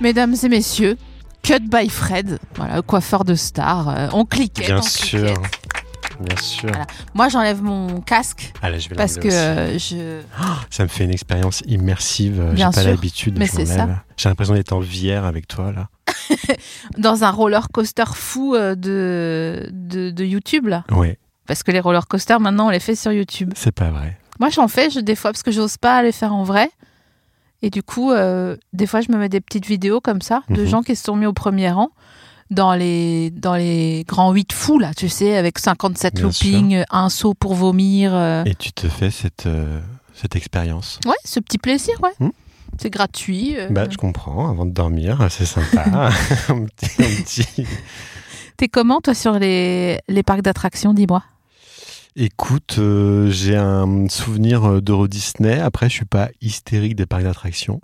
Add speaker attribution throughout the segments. Speaker 1: Mesdames et messieurs, Cut by Fred, voilà, coiffeur de star. Euh, on cliquait.
Speaker 2: Bien
Speaker 1: on
Speaker 2: sûr.
Speaker 1: cliquait.
Speaker 2: Bien sûr.
Speaker 1: Voilà. Moi, j'enlève mon casque
Speaker 2: Allez, je vais
Speaker 1: parce que
Speaker 2: l'enlever aussi.
Speaker 1: euh, je.
Speaker 2: Ça me fait une expérience immersive. euh, J'ai
Speaker 1: Bien
Speaker 2: pas
Speaker 1: sûr,
Speaker 2: l'habitude.
Speaker 1: mais
Speaker 2: je
Speaker 1: c'est
Speaker 2: m'enlève. J'ai l'impression d'être en VR avec toi, là.
Speaker 1: Dans un roller coaster fou euh, de, de, de YouTube, là.
Speaker 2: Ouais,
Speaker 1: Parce que les roller coasters, maintenant, on les fait sur YouTube.
Speaker 2: c'est pas vrai.
Speaker 1: Moi, j'en fais je, des fois parce que j'ose pas les faire en vrai. Et du coup, euh, des fois, je me mets des petites vidéos comme ça de
Speaker 2: Mhm.
Speaker 1: gens qui se sont mis au premier rang dans les, dans les grands 8 fous, là, tu sais, avec 57
Speaker 2: Bien sûr.
Speaker 1: loopings, euh, un saut pour vomir. euh.
Speaker 2: Et tu te fais cette, euh, cette expérience.
Speaker 1: Ouais, ce petit plaisir, ouais.
Speaker 2: Mhm.
Speaker 1: C'est gratuit. euh,
Speaker 2: Bah, je comprends, avant de dormir, c'est sympa. Un petit- un petit-
Speaker 1: T'es comment, toi, sur les, les parcs d'attractions, dis-moi
Speaker 2: Écoute, euh, j'ai un souvenir euh, d'Euro Disney. Après, je suis pas hystérique des parcs d'attractions,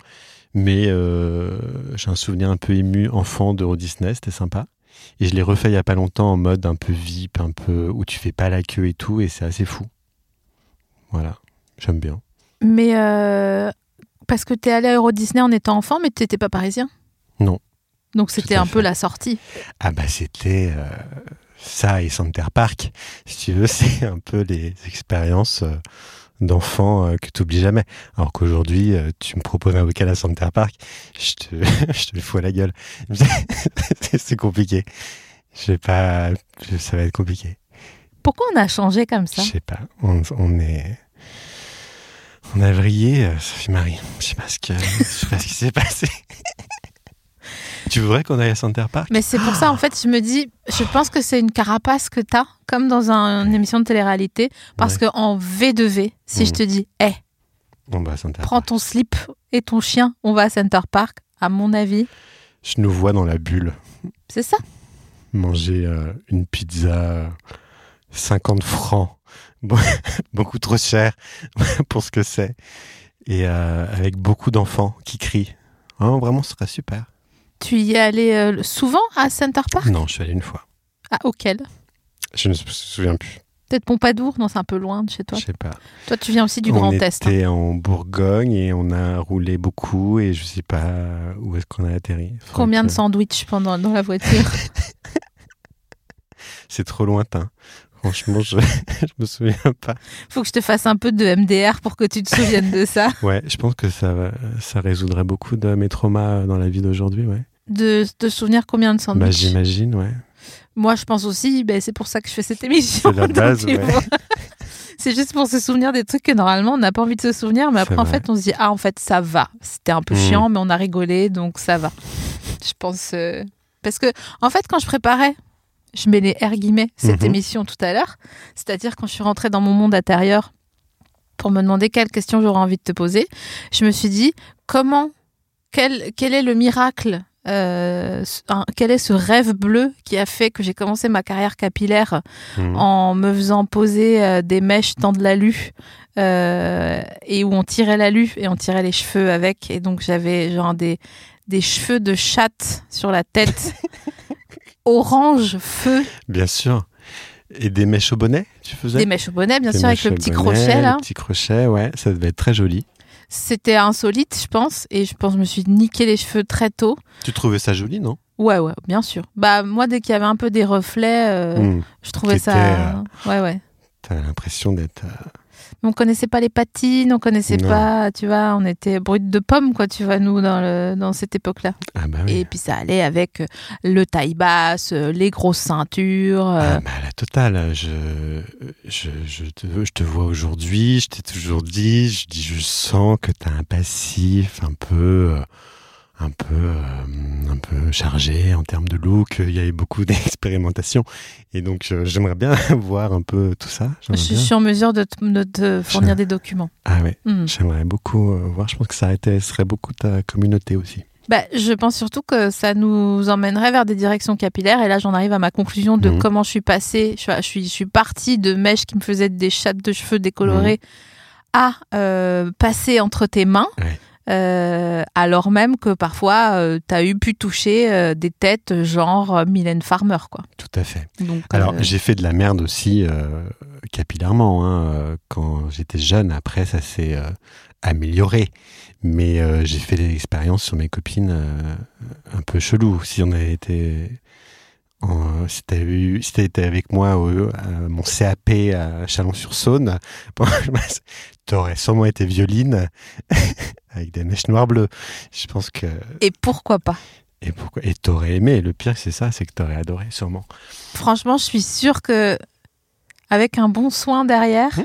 Speaker 2: mais euh, j'ai un souvenir un peu ému enfant d'Euro Disney. C'était sympa. Et je l'ai refait il y a pas longtemps en mode un peu VIP, un peu où tu fais pas la queue et tout, et c'est assez fou. Voilà, j'aime bien.
Speaker 1: Mais euh, parce que t'es allé à Euro Disney en étant enfant, mais t'étais pas parisien
Speaker 2: Non.
Speaker 1: Donc c'était
Speaker 2: à
Speaker 1: un peu
Speaker 2: fait.
Speaker 1: la sortie.
Speaker 2: Ah bah c'était euh, ça et Center Park, si tu veux, c'est un peu les expériences euh, d'enfant euh, que tu oublies jamais. Alors qu'aujourd'hui, euh, tu me proposes un week-end à Center Park, je te, je te le fous à la gueule. C'est- c'est compliqué. Je vais pas, je- ça va être compliqué.
Speaker 1: Pourquoi on a changé comme
Speaker 2: Je
Speaker 1: ça
Speaker 2: sais pas. On, on est, on a vrillé, euh, Sophie Marie. Je sais pas ce que, je sais pas ce qui s'est passé. tu voudrais qu'on aille à Center Park?
Speaker 1: Mais c'est pour ça, en fait, je me dis, je pense que c'est une carapace que t'as, comme dans un- une émission de télé-réalité, parce
Speaker 2: Ouais.
Speaker 1: que en V2V, si je
Speaker 2: Mhm.
Speaker 1: te dis, hé,
Speaker 2: Bon bah Center
Speaker 1: prends
Speaker 2: Park.
Speaker 1: ton slip et ton chien, on va à Center Park, à mon avis,
Speaker 2: Je nous vois dans la bulle.
Speaker 1: c'est ça.
Speaker 2: manger euh, une pizza euh, 50 francs, Bon- beaucoup trop cher pour ce que c'est, et euh, avec beaucoup d'enfants qui crient. Oh, vraiment, ce serait super.
Speaker 1: Tu y es allé euh, souvent à Center Park
Speaker 2: Non, je suis allé une fois.
Speaker 1: Ah, auquel
Speaker 2: Je ne me souviens plus.
Speaker 1: Peut-être Pompadour, non, c'est un peu loin de chez toi.
Speaker 2: Je sais pas.
Speaker 1: Toi, tu viens aussi du Grand
Speaker 2: on
Speaker 1: Est. hein.
Speaker 2: était en Bourgogne et on a roulé beaucoup et je sais pas euh, où est-ce qu'on a atterri. Faudrait
Speaker 1: Combien de
Speaker 2: que-
Speaker 1: sandwichs pendant, dans la voiture
Speaker 2: C'est trop lointain. Franchement, je, je me souviens pas.
Speaker 1: Faut que je te fasse un peu de MDR pour que tu te souviennes de ça.
Speaker 2: Ouais, je pense que ça, va- ça résoudrait beaucoup de mes traumas dans la vie d'aujourd'hui. Ouais.
Speaker 1: De te souvenir combien de
Speaker 2: Bah,
Speaker 1: sandwichs
Speaker 2: j'imagine, ouais.
Speaker 1: Moi, je pense aussi, ben, c'est pour ça que je fais cette émission.
Speaker 2: C'est la
Speaker 1: donc,
Speaker 2: base,
Speaker 1: tu
Speaker 2: ouais.
Speaker 1: vois. C'est juste pour se souvenir des trucs que normalement on n'a pas envie de se souvenir, mais
Speaker 2: C'est
Speaker 1: après en
Speaker 2: vrai.
Speaker 1: fait on se dit ah en fait ça va. C'était un peu
Speaker 2: Mm.
Speaker 1: chiant, mais on a rigolé donc ça va. Je pense euh, parce que en fait quand je préparais, je mets les R guillemets cette
Speaker 2: Mhm.
Speaker 1: émission tout à l'heure, c'est-à-dire quand je suis rentrée dans mon monde intérieur pour me demander quelles questions j'aurais envie de te poser, je me suis dit comment quel, quel est le miracle euh, ce- un- quel est ce rêve bleu qui a fait que j'ai commencé ma carrière capillaire
Speaker 2: Mhm.
Speaker 1: en me faisant poser euh, des mèches dans de l'alu euh, et où on tirait l'alu et on tirait les cheveux avec et donc j'avais genre des, des cheveux de chatte sur la tête orange feu
Speaker 2: Bien sûr. Et des mèches au bonnet, tu faisais
Speaker 1: des mèches au bonnet bien
Speaker 2: Des
Speaker 1: sûr avec
Speaker 2: mèches
Speaker 1: le
Speaker 2: au
Speaker 1: petit
Speaker 2: bonnet,
Speaker 1: crochet là
Speaker 2: Le petit crochet, ouais, ça devait être très joli.
Speaker 1: c'était insolite je pense et je pense que je me suis niqué les cheveux très tôt
Speaker 2: Tu trouvais ça joli, non
Speaker 1: ouais ouais bien sûr bah moi dès qu'il y avait un peu des reflets euh,
Speaker 2: Mhm.
Speaker 1: Je trouvais
Speaker 2: T'étais,
Speaker 1: ça.
Speaker 2: euh,
Speaker 1: Ouais, ouais.
Speaker 2: T'as l'impression d'être. euh,
Speaker 1: Mais on connaissait pas les patines, on connaissait
Speaker 2: Non.
Speaker 1: pas, tu vois, on était brutes de pommes, quoi, tu vois, nous, dans, le, dans cette époque-là.
Speaker 2: Ah bah oui.
Speaker 1: Et puis ça allait avec euh, le taille basse, euh, les grosses ceintures. euh,
Speaker 2: Ah bah la totale, je, je, je, te, je te vois aujourd'hui, je t'ai toujours dit, je dis je sens que t'as un passif un peu, euh, un peu, euh, un peu chargé en termes de look, il y a eu beaucoup d'expérimentations et donc je- j'aimerais bien voir un peu tout ça.
Speaker 1: je
Speaker 2: j'aimerais
Speaker 1: suis
Speaker 2: bien.
Speaker 1: sur mesure de te, de te fournir des documents.
Speaker 2: Ah ouais,
Speaker 1: Hmm.
Speaker 2: j'aimerais beaucoup euh, voir, je pense que ça intéresserait beaucoup ta communauté aussi.
Speaker 1: Bah, je pense surtout que ça nous emmènerait vers des directions capillaires. Et là, j'en arrive à ma conclusion de
Speaker 2: Mhm.
Speaker 1: comment je suis passée. Je suis, je suis, je suis partie de mèches qui me faisaient des chattes de cheveux décolorées à euh, passer entre tes mains.
Speaker 2: Mhm. Ouais.
Speaker 1: Euh, alors même que parfois, euh, t'as eu pu toucher euh, des têtes genre euh, Mylène Farmer, quoi.
Speaker 2: Tout à fait.
Speaker 1: Donc,
Speaker 2: Alors,
Speaker 1: euh,
Speaker 2: j'ai fait de la merde aussi euh, capillairement. hein, euh, Quand j'étais jeune, après, ça s'est euh, amélioré. Mais euh, j'ai fait des expériences sur mes copines euh, un peu chelou. Si on avait été. En, si t'avais eu- si t'avais été avec moi au- à mon CAP à Chalon-sur-Saône, bon, t'aurais sûrement été violine avec des mèches noires bleues. Je pense que
Speaker 1: et pourquoi pas
Speaker 2: et pourquoi Et t'aurais aimé. Le pire, c'est ça, c'est que t'aurais adoré, sûrement.
Speaker 1: Franchement, je suis sûre que avec un bon soin derrière.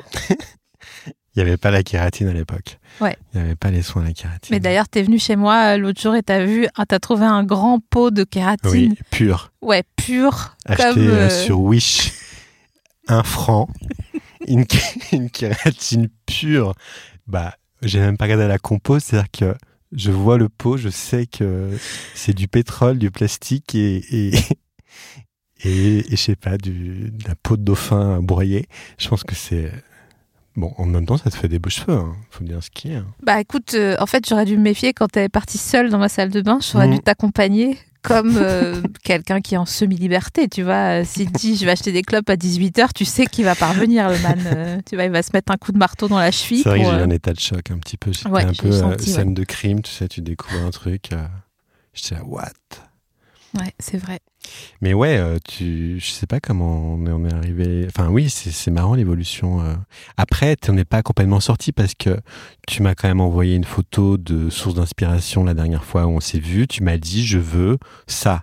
Speaker 2: Il n'y avait pas la kératine à l'époque.
Speaker 1: Ouais.
Speaker 2: Il n'y avait pas les soins à la kératine.
Speaker 1: Mais d'ailleurs, t'es venu chez moi euh, l'autre jour et t'as vu, ah, t'as trouvé un grand pot de kératine.
Speaker 2: Oui, pur.
Speaker 1: Ouais, pur.
Speaker 2: Acheté
Speaker 1: comme,
Speaker 2: euh,
Speaker 1: euh,
Speaker 2: sur Wish. Un franc. une, ké- une kératine pure. Bah, j'ai même pas regardé la compo. C'est-à-dire que je vois le pot, je sais que c'est du pétrole, du plastique et. et... Et, et je sais pas, du, de la peau de dauphin broyée. Je pense que c'est. Bon, en même temps, ça te fait des beaux cheveux. hein. Faut dire ce qui est. hein.
Speaker 1: Bah écoute, euh, en fait, j'aurais dû me méfier quand t'es partie seule dans ma salle de bain. J'aurais
Speaker 2: Mm.
Speaker 1: dû t'accompagner comme euh, quelqu'un qui est en semi-liberté. Tu vois, s'il te dit je vais acheter des clopes à 18h, tu sais qu'il va parvenir, le man. Euh, tu vois, il va se mettre un coup de marteau dans la cheville.
Speaker 2: C'est vrai que
Speaker 1: pour,
Speaker 2: j'ai eu
Speaker 1: euh,
Speaker 2: un état de choc un petit peu. J'étais
Speaker 1: Ouais,
Speaker 2: un
Speaker 1: je
Speaker 2: peu
Speaker 1: l'ai
Speaker 2: euh,
Speaker 1: senti, ouais.
Speaker 2: scène de crime, tu sais, tu découvres un truc. euh, j'étais là, what
Speaker 1: euh, Ouais, c'est vrai.
Speaker 2: Mais ouais, euh, tu, je sais pas comment on est, on est arrivé. Enfin, oui, c'est c'est marrant l'évolution. euh. Après, t'en es pas complètement sorti parce que tu m'as quand même envoyé une photo de source d'inspiration la dernière fois où on s'est vu. Tu m'as dit, je veux ça.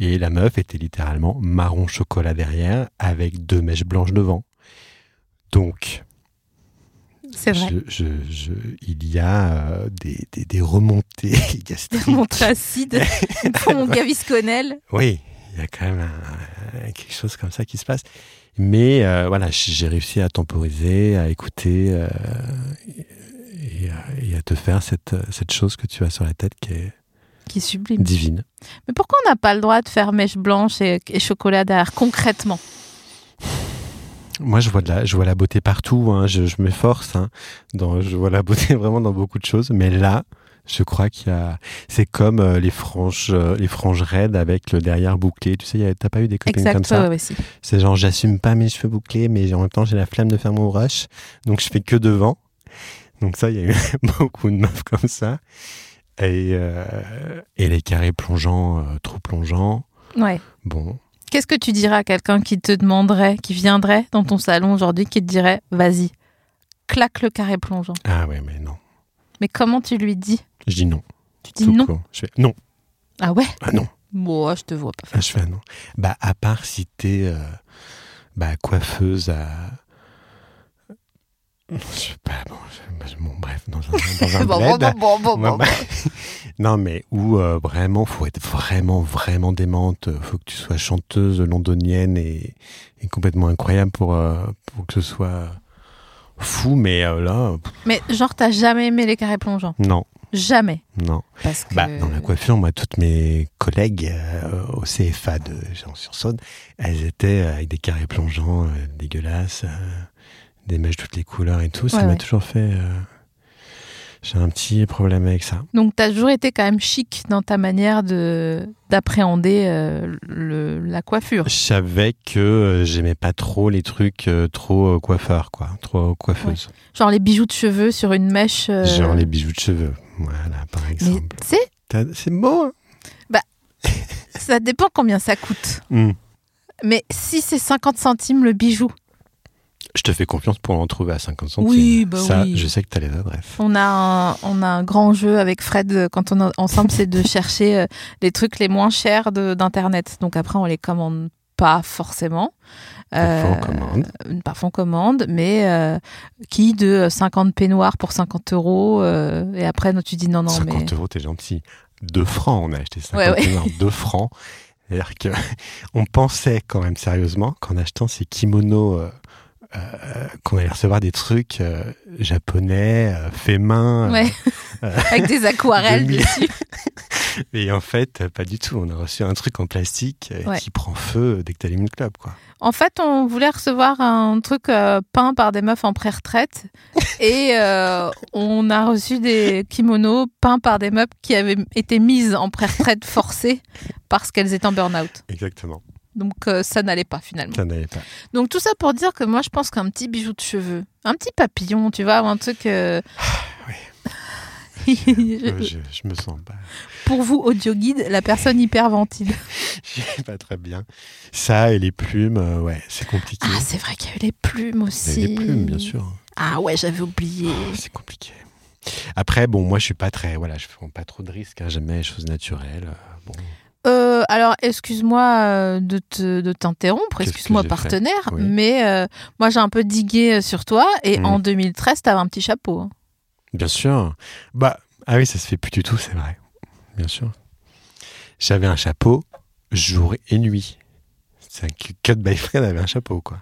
Speaker 2: Et la meuf était littéralement marron chocolat derrière avec deux mèches blanches devant. Donc,
Speaker 1: C'est vrai.
Speaker 2: je- je- je- il y a euh, des, des- des remontées gastriques.
Speaker 1: Mon acide, pour mon gavisconnel.
Speaker 2: Oui, il y a quand même un- un- quelque chose comme ça qui se passe. Mais euh, voilà, j- j'ai réussi à temporiser, à écouter euh, et, à- et à te faire cette, cette chose que tu as sur la tête qui est
Speaker 1: Qui est sublime.
Speaker 2: divine.
Speaker 1: Mais pourquoi on n'a pas le droit de faire mèche blanche et, et chocolat derrière, concrètement
Speaker 2: Moi, je vois, de la, je vois la beauté partout, hein, je, je m'efforce. hein, dans- je vois la beauté vraiment dans beaucoup de choses. Mais là, je crois qu'il y a. C'est comme euh, les, franges, euh, les franges raides avec le derrière bouclé. Tu sais, il y a- t'as pas eu des copines comme
Speaker 1: Exact,
Speaker 2: ça
Speaker 1: ouais, ouais, si.
Speaker 2: C'est genre, j'assume pas mes cheveux bouclés, mais en même temps, j'ai la flamme de faire mon rush. Donc, je fais que devant. Donc, ça, il y a eu beaucoup de meufs comme ça. Et, euh, et les carrés plongeants, euh, trop plongeants.
Speaker 1: Ouais.
Speaker 2: Bon,
Speaker 1: Qu'est-ce que tu dirais à quelqu'un qui te demanderait, qui viendrait dans ton salon aujourd'hui, qui te dirait vas-y, claque le carré plongeant
Speaker 2: ah ouais, mais non.
Speaker 1: Mais comment tu lui dis
Speaker 2: Je dis non.
Speaker 1: Tu dis
Speaker 2: tout
Speaker 1: non
Speaker 2: court. Je fais non.
Speaker 1: Ah ouais
Speaker 2: Ah non.
Speaker 1: Moi, je te vois pas
Speaker 2: Ah,
Speaker 1: faire
Speaker 2: je fais un non. Bah, à part si t'es euh, bah, coiffeuse à. Je sais pas, bon, je- bon, bref, dans un, dans un
Speaker 1: Bon, bon,
Speaker 2: bled.
Speaker 1: bon, bon, bon,
Speaker 2: Ouais,
Speaker 1: Oh, bon.
Speaker 2: bah- non, mais où euh, vraiment, faut être vraiment, vraiment démente. Faut que tu sois chanteuse londonienne et, et complètement incroyable pour, euh, pour que ce soit fou. Mais euh, là, pff,
Speaker 1: Mais genre, t'as jamais aimé les carrés plongeants
Speaker 2: non,
Speaker 1: Jamais.
Speaker 2: non.
Speaker 1: Parce que...
Speaker 2: Bah, dans la coiffure, moi, toutes mes collègues euh, au CFA de Jean-sur-Saône, elles étaient avec des carrés plongeants euh, dégueulasses, euh, des mèches de toutes les couleurs et tout. Ça
Speaker 1: Ouais,
Speaker 2: m'a
Speaker 1: ouais.
Speaker 2: toujours fait. euh, J'ai un petit problème avec ça.
Speaker 1: Donc, t'as toujours été quand même chic dans ta manière de d'appréhender euh, le- la coiffure.
Speaker 2: Je savais que euh, j'aimais pas trop les trucs euh, trop euh, coiffeurs, quoi, trop euh, coiffeuses.
Speaker 1: Genre les bijoux de cheveux sur une mèche. euh,
Speaker 2: Genre les bijoux de cheveux, voilà, par
Speaker 1: Mais
Speaker 2: exemple.
Speaker 1: tu sais,
Speaker 2: T'as- C'est beau, hein
Speaker 1: ça dépend combien ça coûte.
Speaker 2: Hmm.
Speaker 1: Mais si c'est 50 centimes le bijou,
Speaker 2: Je te fais confiance pour en trouver à 50 centimes.
Speaker 1: Oui, bah
Speaker 2: Ça,
Speaker 1: oui. Euh,
Speaker 2: je sais que t'as les adresses.
Speaker 1: on a, un, on a un grand jeu avec Fred euh, quand on est ensemble, c'est de chercher euh, les trucs les moins chers de- d'Internet. Donc après, on les commande pas forcément.
Speaker 2: Parfois, on
Speaker 1: Euh,
Speaker 2: commande.
Speaker 1: parfois on commande, mais euh, qui de 50 peignoirs pour 50 euros euh, Et après, non, tu dis non, non,
Speaker 2: 50
Speaker 1: mais.
Speaker 2: euros, t'es gentil. 2 francs, on a acheté 50
Speaker 1: Ouais, ouais.
Speaker 2: dollars, 2 francs. C'est-à-dire que on pensait quand même sérieusement qu'en achetant ces kimonos, euh, euh, qu'on allait recevoir des trucs euh, japonais, euh, faits main, euh,
Speaker 1: Ouais.
Speaker 2: euh,
Speaker 1: Avec des aquarelles
Speaker 2: Demi.
Speaker 1: dessus.
Speaker 2: Et en fait, pas du tout. On a reçu un truc en plastique euh,
Speaker 1: Ouais.
Speaker 2: qui prend feu dès que t'allumes le club, quoi.
Speaker 1: En fait, on voulait recevoir un truc euh, peint par des meufs en pré-retraite et euh, on a reçu des kimonos peints par des meufs qui avaient été mises en pré-retraite forcée parce qu'elles étaient en burn-out.
Speaker 2: Exactement.
Speaker 1: Donc euh, ça n'allait pas finalement.
Speaker 2: Ça n'allait pas.
Speaker 1: Donc tout ça pour dire que moi je pense qu'un petit bijou de cheveux, un petit papillon, tu vois, ou un truc... euh,
Speaker 2: Ah, Euh, je, je me sens pas.
Speaker 1: pour vous, audio guide, la personne hyperventile.
Speaker 2: Je vais pas très bien. Ça et les plumes, euh, ouais, c'est compliqué.
Speaker 1: Ah, c'est vrai qu'il y a eu les plumes
Speaker 2: Et
Speaker 1: aussi.
Speaker 2: les plumes, bien sûr. hein. Ah,
Speaker 1: Ah ouais, j'avais oublié.
Speaker 2: C'est compliqué. Après, bon, moi, je suis pas très. Voilà, je prends pas trop de risques, hein, jamais choses naturelles. euh, Bon,
Speaker 1: Euh, alors, excuse-moi euh, de, te, de t'interrompre,
Speaker 2: Qu'est-ce que
Speaker 1: excuse-moi
Speaker 2: j'ai fait
Speaker 1: partenaire,
Speaker 2: Oui.
Speaker 1: mais euh, moi j'ai un peu digué euh, sur toi et
Speaker 2: Mm.
Speaker 1: en 2013, t'avais un petit chapeau. hein.
Speaker 2: bien sûr. Bah, ah oui, ça se fait plus du tout, c'est vrai. Bien sûr. J'avais un chapeau jour et nuit. C'est un cut- cut by friend avait un chapeau, quoi.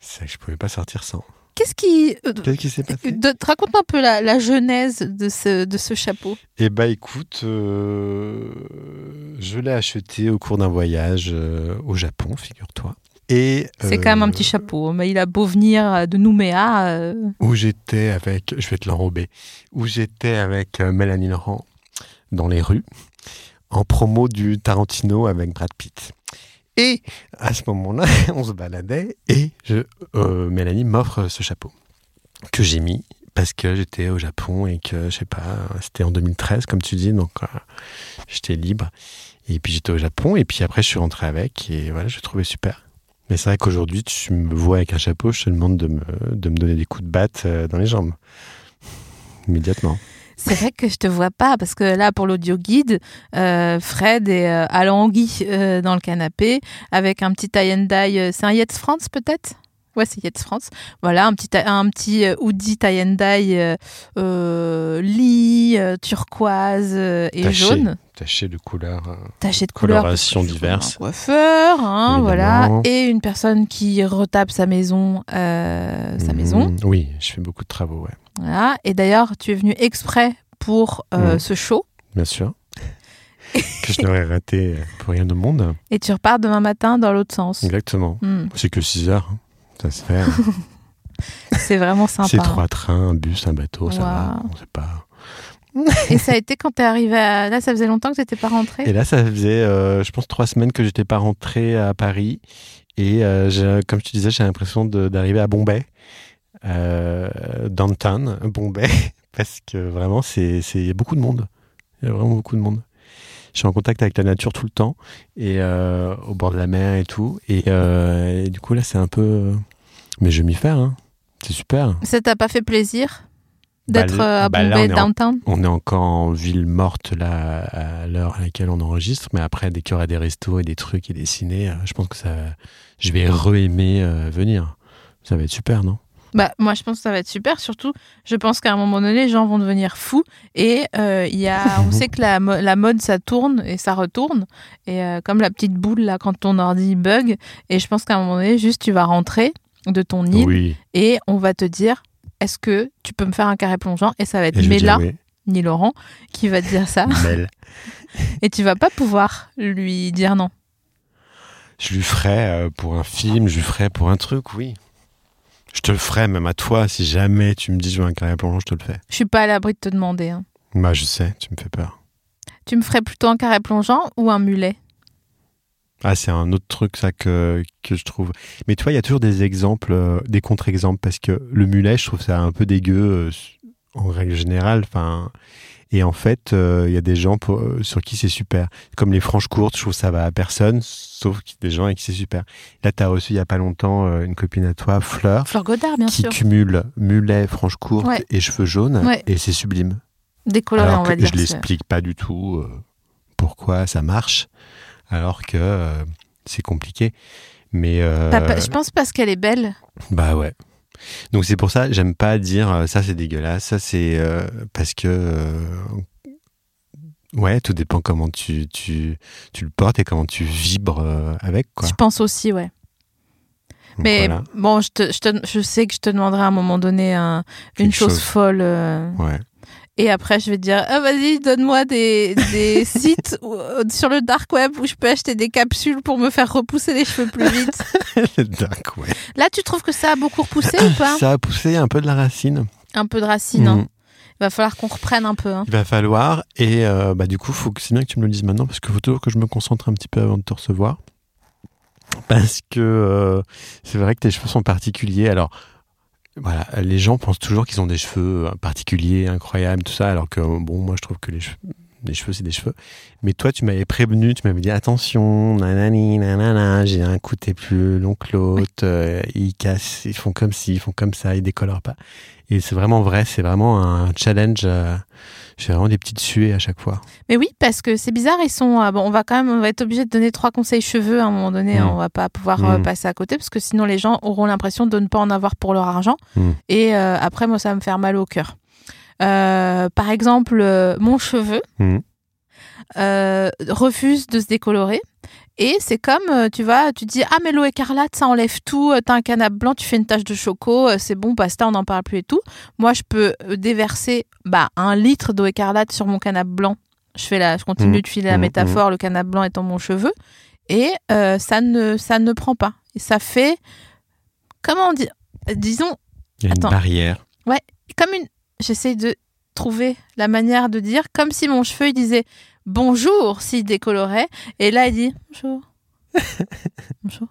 Speaker 2: C'est que je pouvais pas sortir sans.
Speaker 1: Qu'est-ce qui... euh,
Speaker 2: Qu'est-ce qui s'est passé
Speaker 1: de- te raconte un peu la, la genèse de ce, de ce chapeau.
Speaker 2: Eh bah, écoute, euh, je l'ai acheté au cours d'un voyage euh, au Japon, figure-toi. Et
Speaker 1: C'est quand même un
Speaker 2: euh,
Speaker 1: petit chapeau, mais il a beau venir euh, de Nouméa. euh,
Speaker 2: où j'étais avec, je vais te l'enrober, où j'étais avec euh, Mélanie Laurent dans les rues, en promo du Tarantino avec Brad Pitt. Et à ce moment-là, on se baladait et je, euh, Mélanie m'offre ce chapeau que j'ai mis parce que j'étais au Japon et que, je sais pas, c'était en 2013, comme tu dis, donc euh, j'étais libre. Et puis j'étais au Japon et puis après je suis rentré avec et voilà, je le trouvais super. Mais c'est vrai qu'aujourd'hui, tu me vois avec un chapeau, je te demande de me, de me donner des coups de batte euh, dans les jambes. Immédiatement.
Speaker 1: C'est vrai que je te vois pas parce que là pour l'audio guide, euh, Fred est euh, alangui euh, dans le canapé avec un petit tie and dye. euh, c'est un Yates France peut-être Ouais, c'est Yates France. Voilà, un petit ta- un petit euh, hoodie tie and dye euh, euh, lis, euh, turquoise euh, et
Speaker 2: Taché.
Speaker 1: jaune,
Speaker 2: Taché de couleurs. euh,
Speaker 1: taché de couleur. parce
Speaker 2: Colorations
Speaker 1: que je suis
Speaker 2: diverses.
Speaker 1: Un coiffeur, hein, voilà,
Speaker 2: Évidemment.
Speaker 1: et une personne qui retape sa maison, euh, sa maison.
Speaker 2: mm, Oui, je fais beaucoup de travaux, ouais.
Speaker 1: Voilà. Et d'ailleurs, tu es venu exprès pour euh,
Speaker 2: Mhm.
Speaker 1: ce show.
Speaker 2: Bien sûr. que je n'aurais raté euh, pour rien au monde.
Speaker 1: Et tu repars demain matin dans l'autre sens.
Speaker 2: Exactement.
Speaker 1: Hmm,
Speaker 2: C'est que 6 heures. hein. Ça se fait. hein.
Speaker 1: c'est vraiment sympa. hein.
Speaker 2: C'est trois trains, un bus, un bateau, ça va.
Speaker 1: Waouh.
Speaker 2: On sait pas.
Speaker 1: Et ça a été quand t'es arrivé à... Là, ça faisait longtemps que t'étais pas
Speaker 2: Et
Speaker 1: rentré.
Speaker 2: là, ça faisait, euh, je pense, trois semaines que j'étais pas rentré à Paris. Et euh, j'ai- comme je te disais, j'ai l'impression de- d'arriver à Bombay, euh, downtown, Bombay, parce que vraiment, c'est c'est- il y a beaucoup de monde. Il y a vraiment beaucoup de monde. Je suis en contact avec la nature tout le temps, et euh, au bord de la mer et tout. Et, euh, et du coup, là, c'est un peu. euh, Mais je vais m'y faire, hein. c'est super.
Speaker 1: Ça t'a pas fait plaisir d'être
Speaker 2: Bah,
Speaker 1: euh, à
Speaker 2: bah, là,
Speaker 1: Bombay
Speaker 2: on est en-
Speaker 1: downtown
Speaker 2: On est encore en ville morte là à l'heure à laquelle on enregistre, mais après dès qu'il y aura des restos et des trucs et des ciné, euh, je pense que ça, je vais re-aimer euh, venir. Ça va être super, non
Speaker 1: Bah, moi, je pense que ça va être super. Surtout, je pense qu'à un moment donné, les gens vont devenir fous. Et euh, il y a, on sait que la, mo- la mode, ça tourne et ça retourne. Et euh, comme la petite boule, là, quand ton ordi bug. Et je pense qu'à un moment donné, juste, tu vas rentrer de ton île
Speaker 2: Oui.
Speaker 1: et on va te dire est-ce que tu peux me faire un carré plongeant Et ça va être
Speaker 2: Et je vais
Speaker 1: Mela,
Speaker 2: dire oui.
Speaker 1: ni Laurent, qui va te dire ça.
Speaker 2: Mel.
Speaker 1: et tu vas pas pouvoir lui dire non.
Speaker 2: Je lui ferai euh, pour un film, je lui ferai pour un truc, oui. Je te le ferai même à toi si jamais tu me dis je veux un carré plongeon, je te le fais.
Speaker 1: Je suis pas à l'abri de te demander. hein.
Speaker 2: Bah je sais, tu me fais peur.
Speaker 1: Tu me ferais plutôt un carré plongeant ou un mulet
Speaker 2: Ah, c'est un autre truc, ça, que, que je trouve. Mais tu vois, il y a toujours des exemples, euh, des contre-exemples, parce que le mulet, je trouve ça un peu dégueu, euh, en règle générale. Enfin, et en fait, euh, il y a des gens pour- euh, sur qui c'est super. Comme les franges courtes, je trouve ça va à personne, sauf qu'il y a des gens avec qui c'est super. Là, tu as reçu il y a pas longtemps euh, une copine à toi, Fleur,
Speaker 1: Fleur Godard, bien
Speaker 2: qui
Speaker 1: sûr.
Speaker 2: cumule mulet, franges courtes
Speaker 1: Ouais.
Speaker 2: et cheveux jaunes,
Speaker 1: Ouais.
Speaker 2: et c'est sublime.
Speaker 1: Décoloré,
Speaker 2: alors
Speaker 1: on
Speaker 2: que
Speaker 1: va dire.
Speaker 2: je l'explique pas du tout euh, pourquoi ça marche, alors que euh, c'est compliqué. Mais euh,
Speaker 1: T'as pas- Je pense parce qu'elle est belle.
Speaker 2: bah ouais. Donc c'est pour ça, j'aime pas dire euh, ça c'est dégueulasse, ça c'est euh, parce que euh, ouais, tout dépend comment tu, tu tu le portes et comment tu vibres euh, avec quoi.
Speaker 1: Je pense aussi, ouais.
Speaker 2: Donc,
Speaker 1: Mais
Speaker 2: voilà.
Speaker 1: bon, je, te, je, te- je sais que je te demanderai à un moment donné un- une
Speaker 2: Quelque
Speaker 1: chose,
Speaker 2: chose.
Speaker 1: folle. euh,
Speaker 2: ouais,
Speaker 1: Et après, je vais te dire, ah, vas-y, donne-moi des, des sites où- euh, sur le dark web où je peux acheter des capsules pour me faire repousser les cheveux plus vite.
Speaker 2: Le dark web.
Speaker 1: Là, tu trouves que ça a beaucoup repoussé ou pas
Speaker 2: Ça a poussé un peu de la racine.
Speaker 1: Un peu de racine. hein.
Speaker 2: Mm.
Speaker 1: Il va falloir qu'on reprenne un peu. hein.
Speaker 2: Il va falloir. Et euh, bah, du coup, faut que, c'est bien que tu me le dises maintenant parce que faut toujours que je me concentre un petit peu avant de te recevoir. Parce que euh, c'est vrai que tes cheveux sont particuliers. Alors, voilà, les gens pensent toujours qu'ils ont des cheveux euh, particuliers, incroyables, tout ça. Alors que, bon, moi, je trouve que les cheveux. Les cheveux, c'est des cheveux. Mais toi, tu m'avais prévenu, tu m'avais dit attention, nanani, nanana, j'ai un côté plus long que l'autre, euh, ils cassent, ils font comme ci, ils font comme ça, ils décolorent pas. Et c'est vraiment vrai, c'est vraiment un challenge. euh, j'ai vraiment des petites suées à chaque fois.
Speaker 1: Mais oui, parce que c'est bizarre, ils sont. ah, bon, on va quand même, on va être obligé de donner trois conseils cheveux à un moment donné.
Speaker 2: Mm.
Speaker 1: On va pas pouvoir
Speaker 2: Mm.
Speaker 1: euh, passer à côté parce que sinon les gens auront l'impression de ne pas en avoir pour leur argent.
Speaker 2: Mm.
Speaker 1: Et euh, après, moi, ça va me faire mal au cœur. Euh, par exemple, euh, mon cheveu
Speaker 2: Mm.
Speaker 1: euh, refuse de se décolorer. Et c'est comme, euh, tu vois, tu dis Ah, mais l'eau écarlate, ça enlève tout. euh, T'as un canap blanc, tu fais une tache de choco, euh, c'est bon, pasta, on n'en parle plus et tout. Moi, je peux euh, déverser bah, un litre d'eau écarlate sur mon canap blanc. Je, fais la, je continue
Speaker 2: Mm.
Speaker 1: de filer la
Speaker 2: Mm,
Speaker 1: métaphore, le canap blanc étant mon cheveu. Et euh, ça, ne, ça ne prend pas. Et ça fait, comment on dit euh, Disons,
Speaker 2: Il y a
Speaker 1: Attends.
Speaker 2: une barrière.
Speaker 1: comme une. J'essaie de trouver la manière de dire, comme si mon cheveu il disait bonjour s'il décolorait, et là il dit bonjour. bonjour.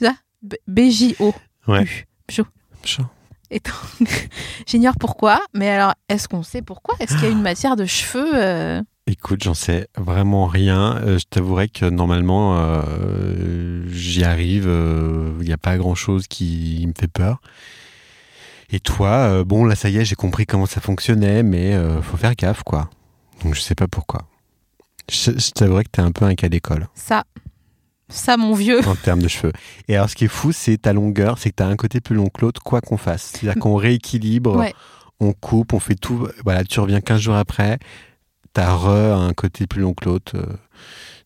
Speaker 1: Ça, B- B-J-O.
Speaker 2: Ouais.
Speaker 1: U. Bonjour.
Speaker 2: Chaud.
Speaker 1: Et donc, J'ignore pourquoi, mais alors est-ce qu'on sait pourquoi Est-ce qu'il y a une matière de cheveux euh,
Speaker 2: Écoute, j'en sais vraiment rien. Euh, je t'avouerai que normalement, euh, j'y arrive. euh, Il n'y a pas grand-chose qui me fait peur. Et toi, euh, bon, là, ça y est, j'ai compris comment ça fonctionnait, mais euh, faut faire gaffe, quoi. Donc, je sais pas pourquoi. Je, je t'avouerai que t'es un peu un cas d'école
Speaker 1: Ça, ça mon vieux.
Speaker 2: en termes de cheveux. Et alors, ce qui est fou, c'est ta longueur, c'est que t'as un côté plus long que l'autre, quoi qu'on fasse. C'est-à-dire qu'on rééquilibre.
Speaker 1: Ouais.
Speaker 2: on coupe, on fait tout. Voilà, tu reviens 15 jours après, t'as re un côté plus long que l'autre. euh.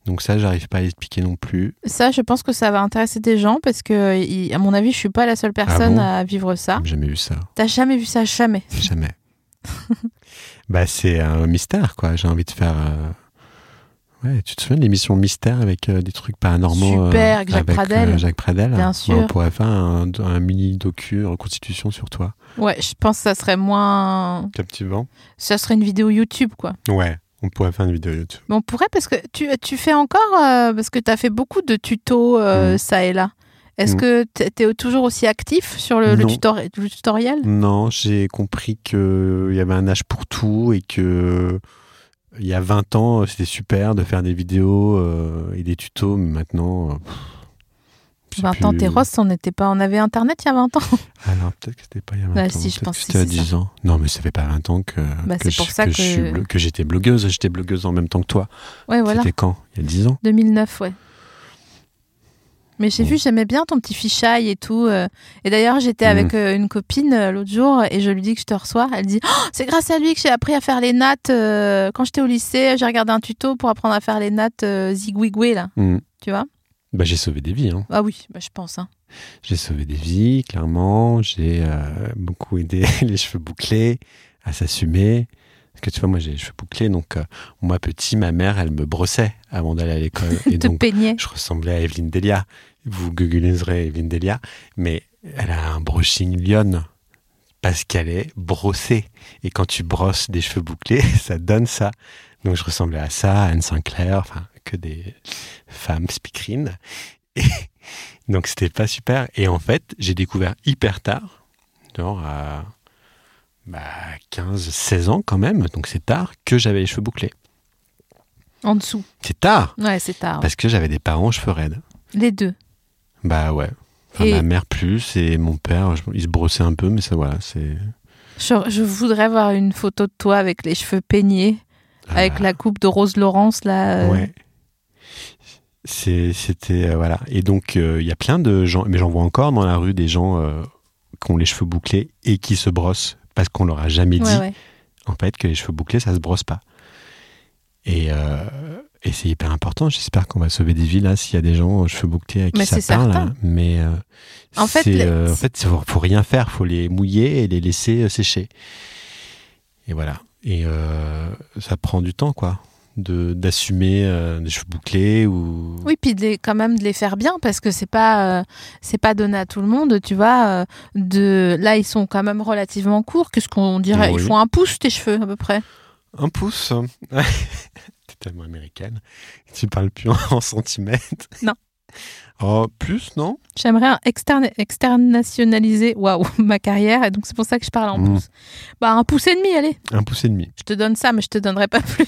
Speaker 2: Donc ça, j'arrive pas à l'expliquer non plus.
Speaker 1: Ça, je pense que ça va intéresser des gens parce que, il- à mon avis, je suis pas la seule personne
Speaker 2: Ah bon
Speaker 1: à vivre ça.
Speaker 2: J'ai jamais vu ça,
Speaker 1: T'as jamais vu ça, jamais.
Speaker 2: jamais. bah c'est un mystère quoi. J'ai envie de faire. euh, Ouais, tu te souviens de l'émission Mystère avec euh, des trucs paranormaux euh,
Speaker 1: Super, avec Jacques
Speaker 2: avec, euh,
Speaker 1: Pradel.
Speaker 2: Jacques Pradel.
Speaker 1: Bien
Speaker 2: Ouais, on
Speaker 1: sûr.
Speaker 2: pourrait faire un, un mini docu reconstitution sur toi.
Speaker 1: Ouais, je pense que ça serait moins.
Speaker 2: Captivant.
Speaker 1: Ça serait une vidéo YouTube, quoi.
Speaker 2: Ouais, on pourrait faire une vidéo YouTube.
Speaker 1: Mais on pourrait, parce que tu, tu fais encore, euh, parce que tu as fait beaucoup de tutos euh,
Speaker 2: Mm.
Speaker 1: ça et là. Est-ce
Speaker 2: Mm.
Speaker 1: que tu es toujours aussi actif sur le, le
Speaker 2: Non.
Speaker 1: tutori- le tutoriel
Speaker 2: Non, j'ai compris qu'il y avait un âge pour tout et que euh, il y a 20 ans, euh, c'était super de faire des vidéos euh, et des tutos, mais maintenant. euh, pff, c'est
Speaker 1: 20 ans,
Speaker 2: plus-
Speaker 1: tes rosses, on n'était pas. On avait Internet il y a 20 ans.
Speaker 2: Alors, peut-être que c'était pas il y a 20
Speaker 1: Bah,
Speaker 2: ans.
Speaker 1: si, je
Speaker 2: peut-être
Speaker 1: pense
Speaker 2: que
Speaker 1: que
Speaker 2: c'était à
Speaker 1: c'est ça.
Speaker 2: 10 ans. Non, mais ça fait pas 20 ans que,
Speaker 1: Bah,
Speaker 2: que
Speaker 1: c'est
Speaker 2: je-
Speaker 1: pour ça
Speaker 2: que je
Speaker 1: que-
Speaker 2: suis blo- que j'étais blogueuse. J'étais blogueuse en même temps que toi.
Speaker 1: Ouais, voilà.
Speaker 2: C'était quand Il y a 10 ans
Speaker 1: 2009, ouais. Mais j'ai vu, j'aimais bien ton petit fichaille et tout. euh. Et d'ailleurs, j'étais
Speaker 2: Mm.
Speaker 1: avec euh, une copine euh, l'autre jour et je lui dis que je te reçois. Elle dit Oh, C'est grâce à lui que j'ai appris à faire les nattes. euh, Quand j'étais au lycée, j'ai regardé un tuto pour apprendre à faire les nattes euh, zigouigoué, là.
Speaker 2: Hmm.
Speaker 1: Tu vois
Speaker 2: Bah, j'ai sauvé des vies. hein.
Speaker 1: Ah oui, bah, je pense. hein.
Speaker 2: J'ai sauvé des vies, clairement. J'ai euh, beaucoup aidé les cheveux bouclés à s'assumer. Parce que tu vois, moi, j'ai les cheveux bouclés. Donc, euh, moi, petit, ma mère, elle me brossait avant d'aller à l'école. Et
Speaker 1: Te
Speaker 2: donc,
Speaker 1: peignais.
Speaker 2: je ressemblais à Evelyne Delia. Vous googlerez Evelyne Delia. Mais elle a un brushing lionne. Parce qu'elle est brossée. Et quand tu brosses des cheveux bouclés, ça donne ça. Donc, je ressemblais à ça, à Anne Sinclair, enfin, que des femmes speakerines. Donc c'était pas super. Et en fait, j'ai découvert hyper tard, genre à bah, 15, 16 ans quand même, donc c'est tard, que j'avais les cheveux bouclés.
Speaker 1: En dessous.
Speaker 2: C'est tard
Speaker 1: Ouais, c'est tard.
Speaker 2: Parce que j'avais des parents aux cheveux raides.
Speaker 1: Les deux.
Speaker 2: Bah ouais. Enfin,
Speaker 1: Et-
Speaker 2: Ma mère plus et mon père, je- il se brossait un peu, mais ça voilà, c'est...
Speaker 1: Je, je voudrais voir une photo de toi avec les cheveux peignés,
Speaker 2: ah,
Speaker 1: avec la coupe de Rose Laurence, là. euh.
Speaker 2: Ouais. C'est- C'était euh, voilà. Et donc euh, il y a plein de gens, mais j'en vois encore dans la rue des gens euh, qui ont les cheveux bouclés et qui se brossent parce qu'on leur a jamais dit
Speaker 1: Ouais, ouais.
Speaker 2: en fait que les cheveux bouclés ça se brosse pas et, euh, et c'est hyper important j'espère qu'on va sauver des vies là s'il y a des gens aux cheveux bouclés à qui
Speaker 1: Mais
Speaker 2: ça
Speaker 1: c'est
Speaker 2: parle
Speaker 1: certain.
Speaker 2: hein. mais euh,
Speaker 1: En fait,
Speaker 2: c'est,
Speaker 1: les-
Speaker 2: euh, en fait faut, faut rien faire faut les mouiller et les laisser euh, sécher et voilà Et euh, ça prend du temps, quoi, de d'assumer euh, des cheveux bouclés ou.
Speaker 1: Oui, puis de les- quand même de les faire bien parce que c'est pas euh, c'est pas donné à tout le monde, tu vois. euh, de là, ils sont quand même relativement courts. Qu'est-ce qu'on dirait
Speaker 2: Oui.
Speaker 1: Ils font un pouce tes cheveux à peu près.
Speaker 2: Un pouce. T'es tellement américaine. Tu parles plus en centimètres.
Speaker 1: Non.
Speaker 2: Oh, plus, non
Speaker 1: J'aimerais un externe- externationnaliser waouh ma carrière et donc c'est pour ça que je parle en
Speaker 2: Mm.
Speaker 1: pouce. Bah un pouce et demi, allez.
Speaker 2: Un pouce et demi.
Speaker 1: Je te donne ça, mais je te donnerai pas plus.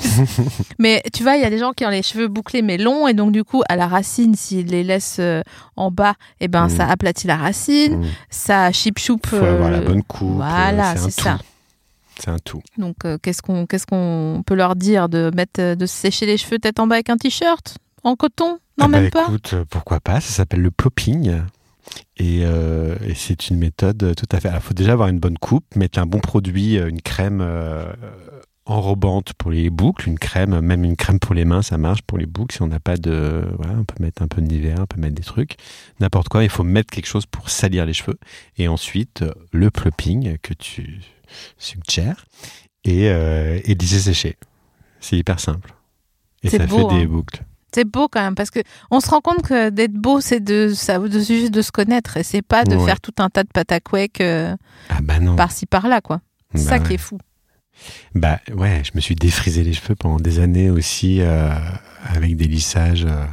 Speaker 1: mais tu vois, il y a des gens qui ont les cheveux bouclés mais longs et donc du coup à la racine, s'ils les laissent euh, en bas, eh ben
Speaker 2: Mm.
Speaker 1: ça aplatit la racine,
Speaker 2: Mm.
Speaker 1: ça chip choupe.
Speaker 2: Faut avoir la bonne coupe.
Speaker 1: Euh, voilà,
Speaker 2: euh, un
Speaker 1: c'est ça.
Speaker 2: tout. C'est un tout.
Speaker 1: Donc, euh, qu'est-ce qu'on qu'est-ce qu'on peut leur dire de mettre euh, de se sécher les cheveux tête en bas avec un t-shirt en coton Non,
Speaker 2: Ah bah
Speaker 1: même pas.
Speaker 2: Écoute, euh, pourquoi pas Ça s'appelle le plopping. Et, euh, et c'est une méthode euh, tout à fait. Il faut déjà avoir une bonne coupe, mettre un bon produit, euh, une crème euh, enrobante pour les boucles, une crème, euh, même une crème pour les mains, ça marche pour les boucles. Si on n'a pas de. Voilà, on peut mettre un peu de nivea, on peut mettre des trucs, n'importe quoi. Il faut mettre quelque chose pour salir les cheveux. Et ensuite, euh, le plopping que tu suggères et, euh, et laisser sécher. C'est hyper simple. Et
Speaker 1: C'est
Speaker 2: ça
Speaker 1: beau,
Speaker 2: fait des
Speaker 1: hein.
Speaker 2: boucles.
Speaker 1: C'est beau quand même parce que on se rend compte que d'être beau, c'est de ça, de juste de se connaître et c'est pas de
Speaker 2: Ouais.
Speaker 1: faire tout un tas de pataquèques euh,
Speaker 2: Ah bah non.
Speaker 1: par-ci par-là quoi. C'est
Speaker 2: Bah
Speaker 1: ça
Speaker 2: ouais.
Speaker 1: qui est fou.
Speaker 2: Bah ouais, je me suis défrisé les cheveux pendant des années aussi euh, avec des lissages euh,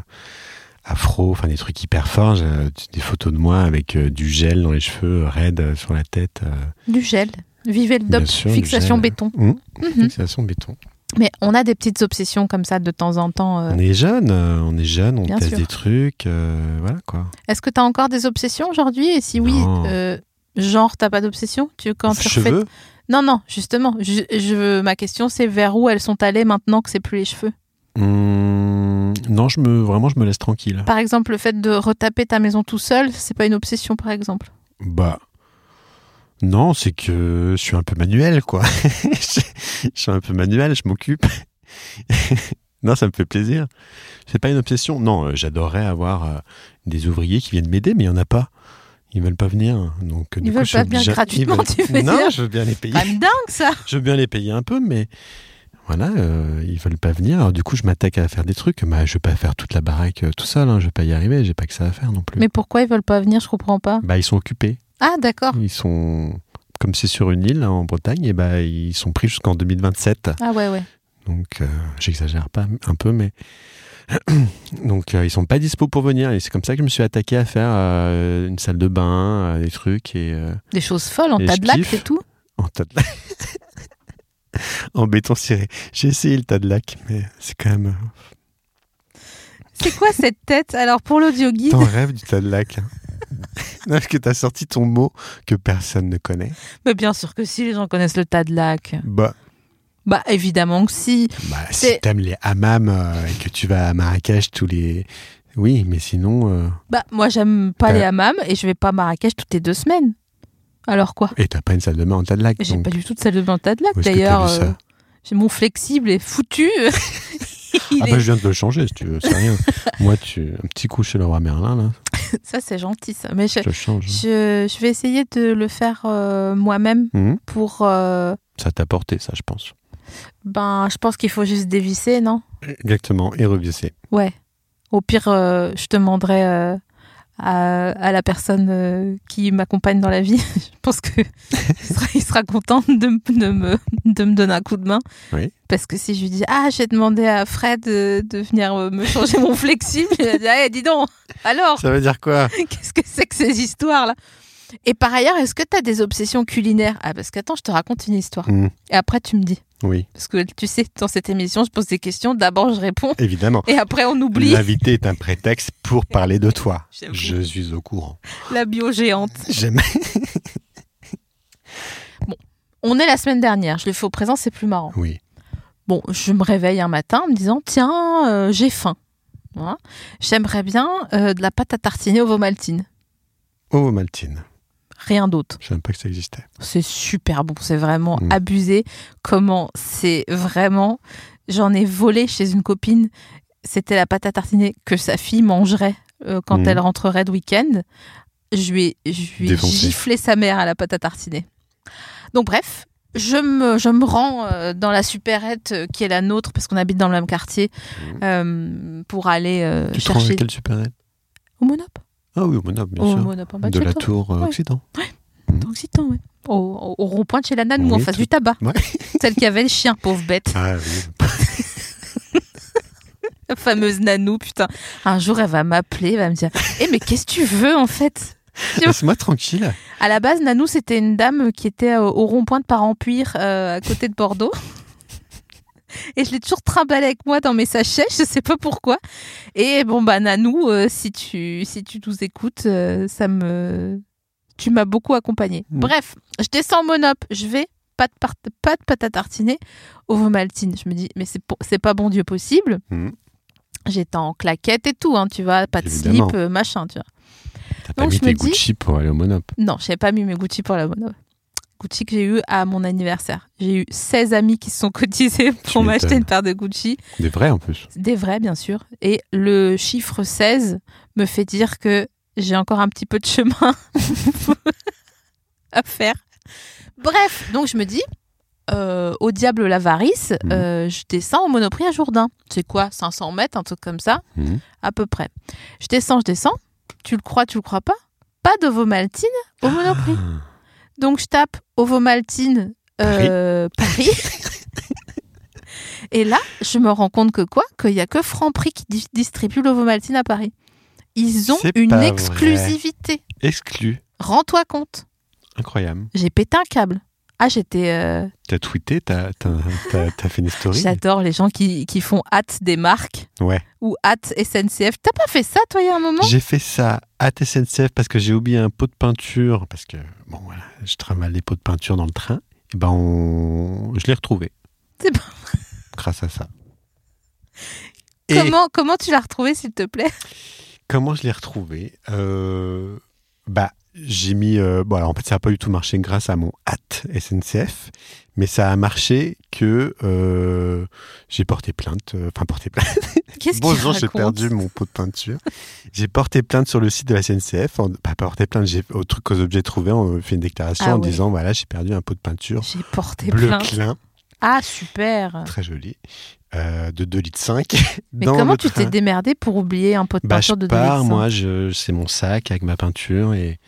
Speaker 2: afro, enfin des trucs hyper forts. J'ai, euh, Des photos de moi avec euh, du gel dans les cheveux, euh, raide euh, sur la tête. euh,
Speaker 1: Du gel. Vivez le
Speaker 2: Bien
Speaker 1: dop,
Speaker 2: sûr, du
Speaker 1: fixation
Speaker 2: gel.
Speaker 1: béton.
Speaker 2: hum,
Speaker 1: Mhm.
Speaker 2: fixation béton.
Speaker 1: Mais on a des petites obsessions comme ça de temps en temps. euh.
Speaker 2: On est jeune, euh, on est jeune, on
Speaker 1: Bien
Speaker 2: teste
Speaker 1: sûr.
Speaker 2: des trucs, euh, voilà quoi.
Speaker 1: Est-ce que t'as encore des obsessions aujourd'hui Et si oui,
Speaker 2: Non.
Speaker 1: euh, genre t'as pas d'obsession Tu quand tu refais
Speaker 2: cheveux,
Speaker 1: Non, non, justement. Je, je- ma question, c'est vers où elles sont allées maintenant que c'est plus les cheveux
Speaker 2: Hum, non, je me vraiment je me laisse tranquille.
Speaker 1: Par exemple, le fait de retaper ta maison tout seul, c'est pas une obsession, par exemple.
Speaker 2: Bah. Non, c'est que je suis un peu manuel, quoi. je, je suis un peu manuel, je m'occupe. non, ça me fait plaisir. C'est pas une obsession. Non, euh, j'adorerais avoir euh, des ouvriers qui viennent m'aider, mais il n'y en a pas. Ils veulent pas venir. Donc, euh,
Speaker 1: Ils
Speaker 2: du coup,
Speaker 1: veulent
Speaker 2: je
Speaker 1: pas
Speaker 2: suis
Speaker 1: venir
Speaker 2: obligé-
Speaker 1: gratuitement,
Speaker 2: Ils
Speaker 1: tu veux
Speaker 2: Non,
Speaker 1: dire Ah,
Speaker 2: je veux bien les payer.
Speaker 1: Pas dingue, ça
Speaker 2: Je veux bien les payer un peu, mais voilà, euh, ils veulent pas venir. Alors, du coup, je m'attaque à faire des trucs. Bah, je vais pas faire toute la baraque euh, tout seul. Hein. Je vais pas y arriver. J'ai pas que ça à faire non plus.
Speaker 1: Mais pourquoi ils veulent pas venir Je comprends pas.
Speaker 2: Bah, ils sont occupés.
Speaker 1: Ah, d'accord.
Speaker 2: Ils sont, comme c'est sur une île en Bretagne, et ben ils sont pris jusqu'en 2027.
Speaker 1: Ah ouais, ouais.
Speaker 2: Donc, euh, j'exagère pas un peu, mais donc euh, ils sont pas dispo pour venir. Et c'est comme ça que je me suis attaqué à faire euh, une salle de bain, euh, des trucs et euh,
Speaker 1: Des choses folles, en
Speaker 2: Et
Speaker 1: tas
Speaker 2: je
Speaker 1: de lac,
Speaker 2: kiffe.
Speaker 1: c'est tout
Speaker 2: en tas de lac. en béton ciré. J'ai essayé le tas de lac, mais c'est quand même. euh,
Speaker 1: C'est quoi cette tête Alors, pour l'audio guide,
Speaker 2: T'en rêves du tas de lac. hein. Non, Parce que t'as sorti ton mot que personne ne connaît.
Speaker 1: mais bien sûr que si, les gens connaissent le tas de lac.
Speaker 2: Bah,
Speaker 1: Bah, évidemment que si.
Speaker 2: Bah, si
Speaker 1: C'est-
Speaker 2: t'aimes les hammams euh, et que tu vas à Marrakech tous les. Oui, mais sinon. euh,
Speaker 1: Bah, moi, j'aime pas
Speaker 2: Bah.
Speaker 1: les hammams et je vais pas à Marrakech toutes les deux semaines. Alors quoi
Speaker 2: Et t'as pas une salle de bain en tas de lac.
Speaker 1: J'ai
Speaker 2: donc.
Speaker 1: pas du tout de salle de bain tas de lac
Speaker 2: Où est-ce que t'as
Speaker 1: d'ailleurs.
Speaker 2: vu ça
Speaker 1: euh, J'ai mon flexible et foutu. Il
Speaker 2: Ah,
Speaker 1: est-
Speaker 2: bah, je viens de le changer si tu veux, c'est rien. Moi, tu... un petit coup chez Laura Merlin, là,
Speaker 1: Ça c'est gentil ça. Mais je,
Speaker 2: je le change.
Speaker 1: je, je vais essayer de le faire euh, moi-même
Speaker 2: Hum,
Speaker 1: pour. euh,
Speaker 2: Ça t'a porté, ça, je pense.
Speaker 1: ben, je pense qu'il faut juste dévisser, non
Speaker 2: Exactement, et revisser.
Speaker 1: Ouais. Au pire, euh, je demanderai euh, à, à la personne euh, qui m'accompagne dans la vie. je pense que il sera, il sera content de, me- de me, de me donner un coup de main.
Speaker 2: Oui.
Speaker 1: Parce que si je lui dis Ah, j'ai demandé à Fred euh, de venir euh, me changer mon flexible, il va dire Eh, dis donc Alors,
Speaker 2: Ça veut dire quoi
Speaker 1: qu'est-ce que c'est que ces histoires-là Et par ailleurs, est-ce que tu as des obsessions culinaires Ah, parce qu'attends, je te raconte une histoire.
Speaker 2: Hum,
Speaker 1: Et après, tu me dis.
Speaker 2: Oui,
Speaker 1: Parce que tu sais, dans cette émission, je pose des questions. D'abord, je réponds.
Speaker 2: évidemment.
Speaker 1: Et après, on oublie
Speaker 2: L'invité est un prétexte pour parler de toi.
Speaker 1: J'avoue.
Speaker 2: Je suis au courant.
Speaker 1: la bio géante.
Speaker 2: J'aime.
Speaker 1: On est la semaine dernière, je le fais au présent, c'est plus marrant.
Speaker 2: Oui.
Speaker 1: Bon, je me réveille un matin en me disant Tiens, euh, j'ai faim. Voilà. J'aimerais bien euh, de la pâte à tartiner au veau maltine.
Speaker 2: Oh, Maltine.
Speaker 1: Rien d'autre.
Speaker 2: Je savais pas que ça existait.
Speaker 1: C'est super bon, c'est vraiment
Speaker 2: Mm.
Speaker 1: abusé. Comment c'est vraiment. J'en ai volé chez une copine. C'était la pâte à tartiner que sa fille mangerait euh, quand
Speaker 2: Mm.
Speaker 1: elle rentrerait de week-end. Je lui ai, je lui ai
Speaker 2: Défoncé.
Speaker 1: giflé sa mère à la pâte à tartiner. Donc, bref, je me, je me rends euh, dans la supérette euh, qui est la nôtre, parce qu'on habite dans le même quartier, euh, pour aller euh,
Speaker 2: Mm. Tu te rends
Speaker 1: chercher.
Speaker 2: à quelle superette
Speaker 1: Au Monop
Speaker 2: Ah oui, au Monop, bien
Speaker 1: Au
Speaker 2: sûr.
Speaker 1: Monop, en bas de
Speaker 2: de
Speaker 1: chez
Speaker 2: la
Speaker 1: toi.
Speaker 2: tour euh,
Speaker 1: Ouais.
Speaker 2: Occident.
Speaker 1: Dans Occitan, ouais. Au, au- au rond-point de chez la nanne ou en
Speaker 2: Oui,
Speaker 1: face
Speaker 2: tout-
Speaker 1: du tabac.
Speaker 2: Ouais.
Speaker 1: Celle qui avait le chien, pauvre bête.
Speaker 2: Ah oui.
Speaker 1: La fameuse nanou, putain. Un jour, elle va m'appeler, elle va me dire Eh, mais qu'est-ce que tu veux, en fait
Speaker 2: Laisse-moi tranquille.
Speaker 1: À la base, Nanou, c'était une dame qui était euh, au rond-point de Parampuire, euh, à côté de Bordeaux. Et je l'ai toujours trimballée avec moi dans mes sachets, je sais pas pourquoi. Et bon, bah, Nanou, euh, si, tu, si tu nous écoutes, euh, ça me. Tu m'as beaucoup accompagnée.
Speaker 2: Mm.
Speaker 1: Bref, je descends au Monop, je vais, pas de, part- pas de pâte à tartiner, au Vomaltine. Je me dis, mais c'est, po- c'est pas bon Dieu possible.
Speaker 2: Mm.
Speaker 1: J'étais en claquette et tout, hein, tu vois, pas de
Speaker 2: Évidemment.
Speaker 1: slip, euh, machin, tu vois.
Speaker 2: T'as pas
Speaker 1: Donc,
Speaker 2: mis
Speaker 1: je me
Speaker 2: tes
Speaker 1: dis-
Speaker 2: Gucci pour aller au Monop.
Speaker 1: Non, je n'avais pas mis mes Gucci pour la bonne. Gucci que j'ai eu à mon anniversaire. J'ai eu 16 amis qui se sont cotisés pour
Speaker 2: m'étonnes.
Speaker 1: m'acheter une paire de Gucci.
Speaker 2: Des vrais en plus.
Speaker 1: Des vrais, bien sûr. Et le chiffre 16 me fait dire que j'ai encore un petit peu de chemin à faire. Bref, donc je me dis, euh, au diable l'avarice,
Speaker 2: Mhm.
Speaker 1: euh, je descends au Monoprix à Jourdain. C'est quoi 500 mètres, un truc comme ça
Speaker 2: Mhm.
Speaker 1: À peu près. Je descends, je descends. Tu le crois, tu le crois pas Pas de Vomaltine au Monoprix.
Speaker 2: Ah.
Speaker 1: Donc je tape Ovomaltine euh, Paris. Et là, je me rends compte que quoi Qu'il n'y a que Franprix qui di- distribue l'Ovomaltine à Paris. Ils ont
Speaker 2: C'est
Speaker 1: une
Speaker 2: pas vrai.
Speaker 1: exclusivité.
Speaker 2: Exclu.
Speaker 1: Rends-toi compte.
Speaker 2: Incroyable.
Speaker 1: J'ai pété un câble. Ah, j'étais. euh,
Speaker 2: T'as tweeté, t'as t'as- t'as- t'as fait une story.
Speaker 1: J'adore les gens qui, qui font hâte des marques
Speaker 2: Ouais.
Speaker 1: ou hâte SNCF. T'as pas fait ça, toi, il y a un moment
Speaker 2: J'ai fait ça à TSNCF parce que j'ai oublié un pot de peinture. Parce que, bon, voilà, je trimballe les pots de peinture dans le train. Et ben, on- je l'ai retrouvé.
Speaker 1: C'est pas
Speaker 2: Grâce à ça. Et
Speaker 1: Comment, comment tu l'as retrouvé, s'il te plaît
Speaker 2: comment je l'ai retrouvé Euh, Bah, j'ai mis. euh, bon, alors en fait, ça n'a pas du tout marché grâce à mon hâte SNCF, mais ça a marché que euh, j'ai porté plainte. euh, Enfin, porté plainte.
Speaker 1: Qu'est-ce
Speaker 2: Bon,
Speaker 1: qu'il
Speaker 2: j'ai
Speaker 1: raconte
Speaker 2: perdu mon pot de peinture. j'ai porté plainte sur le site de la SNCF. en- Pas porté plainte, j'ai au truc aux objets trouvés, on fait une déclaration
Speaker 1: Ah
Speaker 2: en
Speaker 1: ouais.
Speaker 2: disant voilà, j'ai perdu un pot de peinture
Speaker 1: J'ai porté
Speaker 2: bleu
Speaker 1: plainte.
Speaker 2: clin,
Speaker 1: Ah, super
Speaker 2: très joli, euh, de 2 litres 5.
Speaker 1: Mais comment tu t'es démerdé pour oublier un pot de
Speaker 2: bah,
Speaker 1: peinture
Speaker 2: je
Speaker 1: de
Speaker 2: pars,
Speaker 1: 2005?
Speaker 2: moi, je, c'est mon sac avec ma peinture et,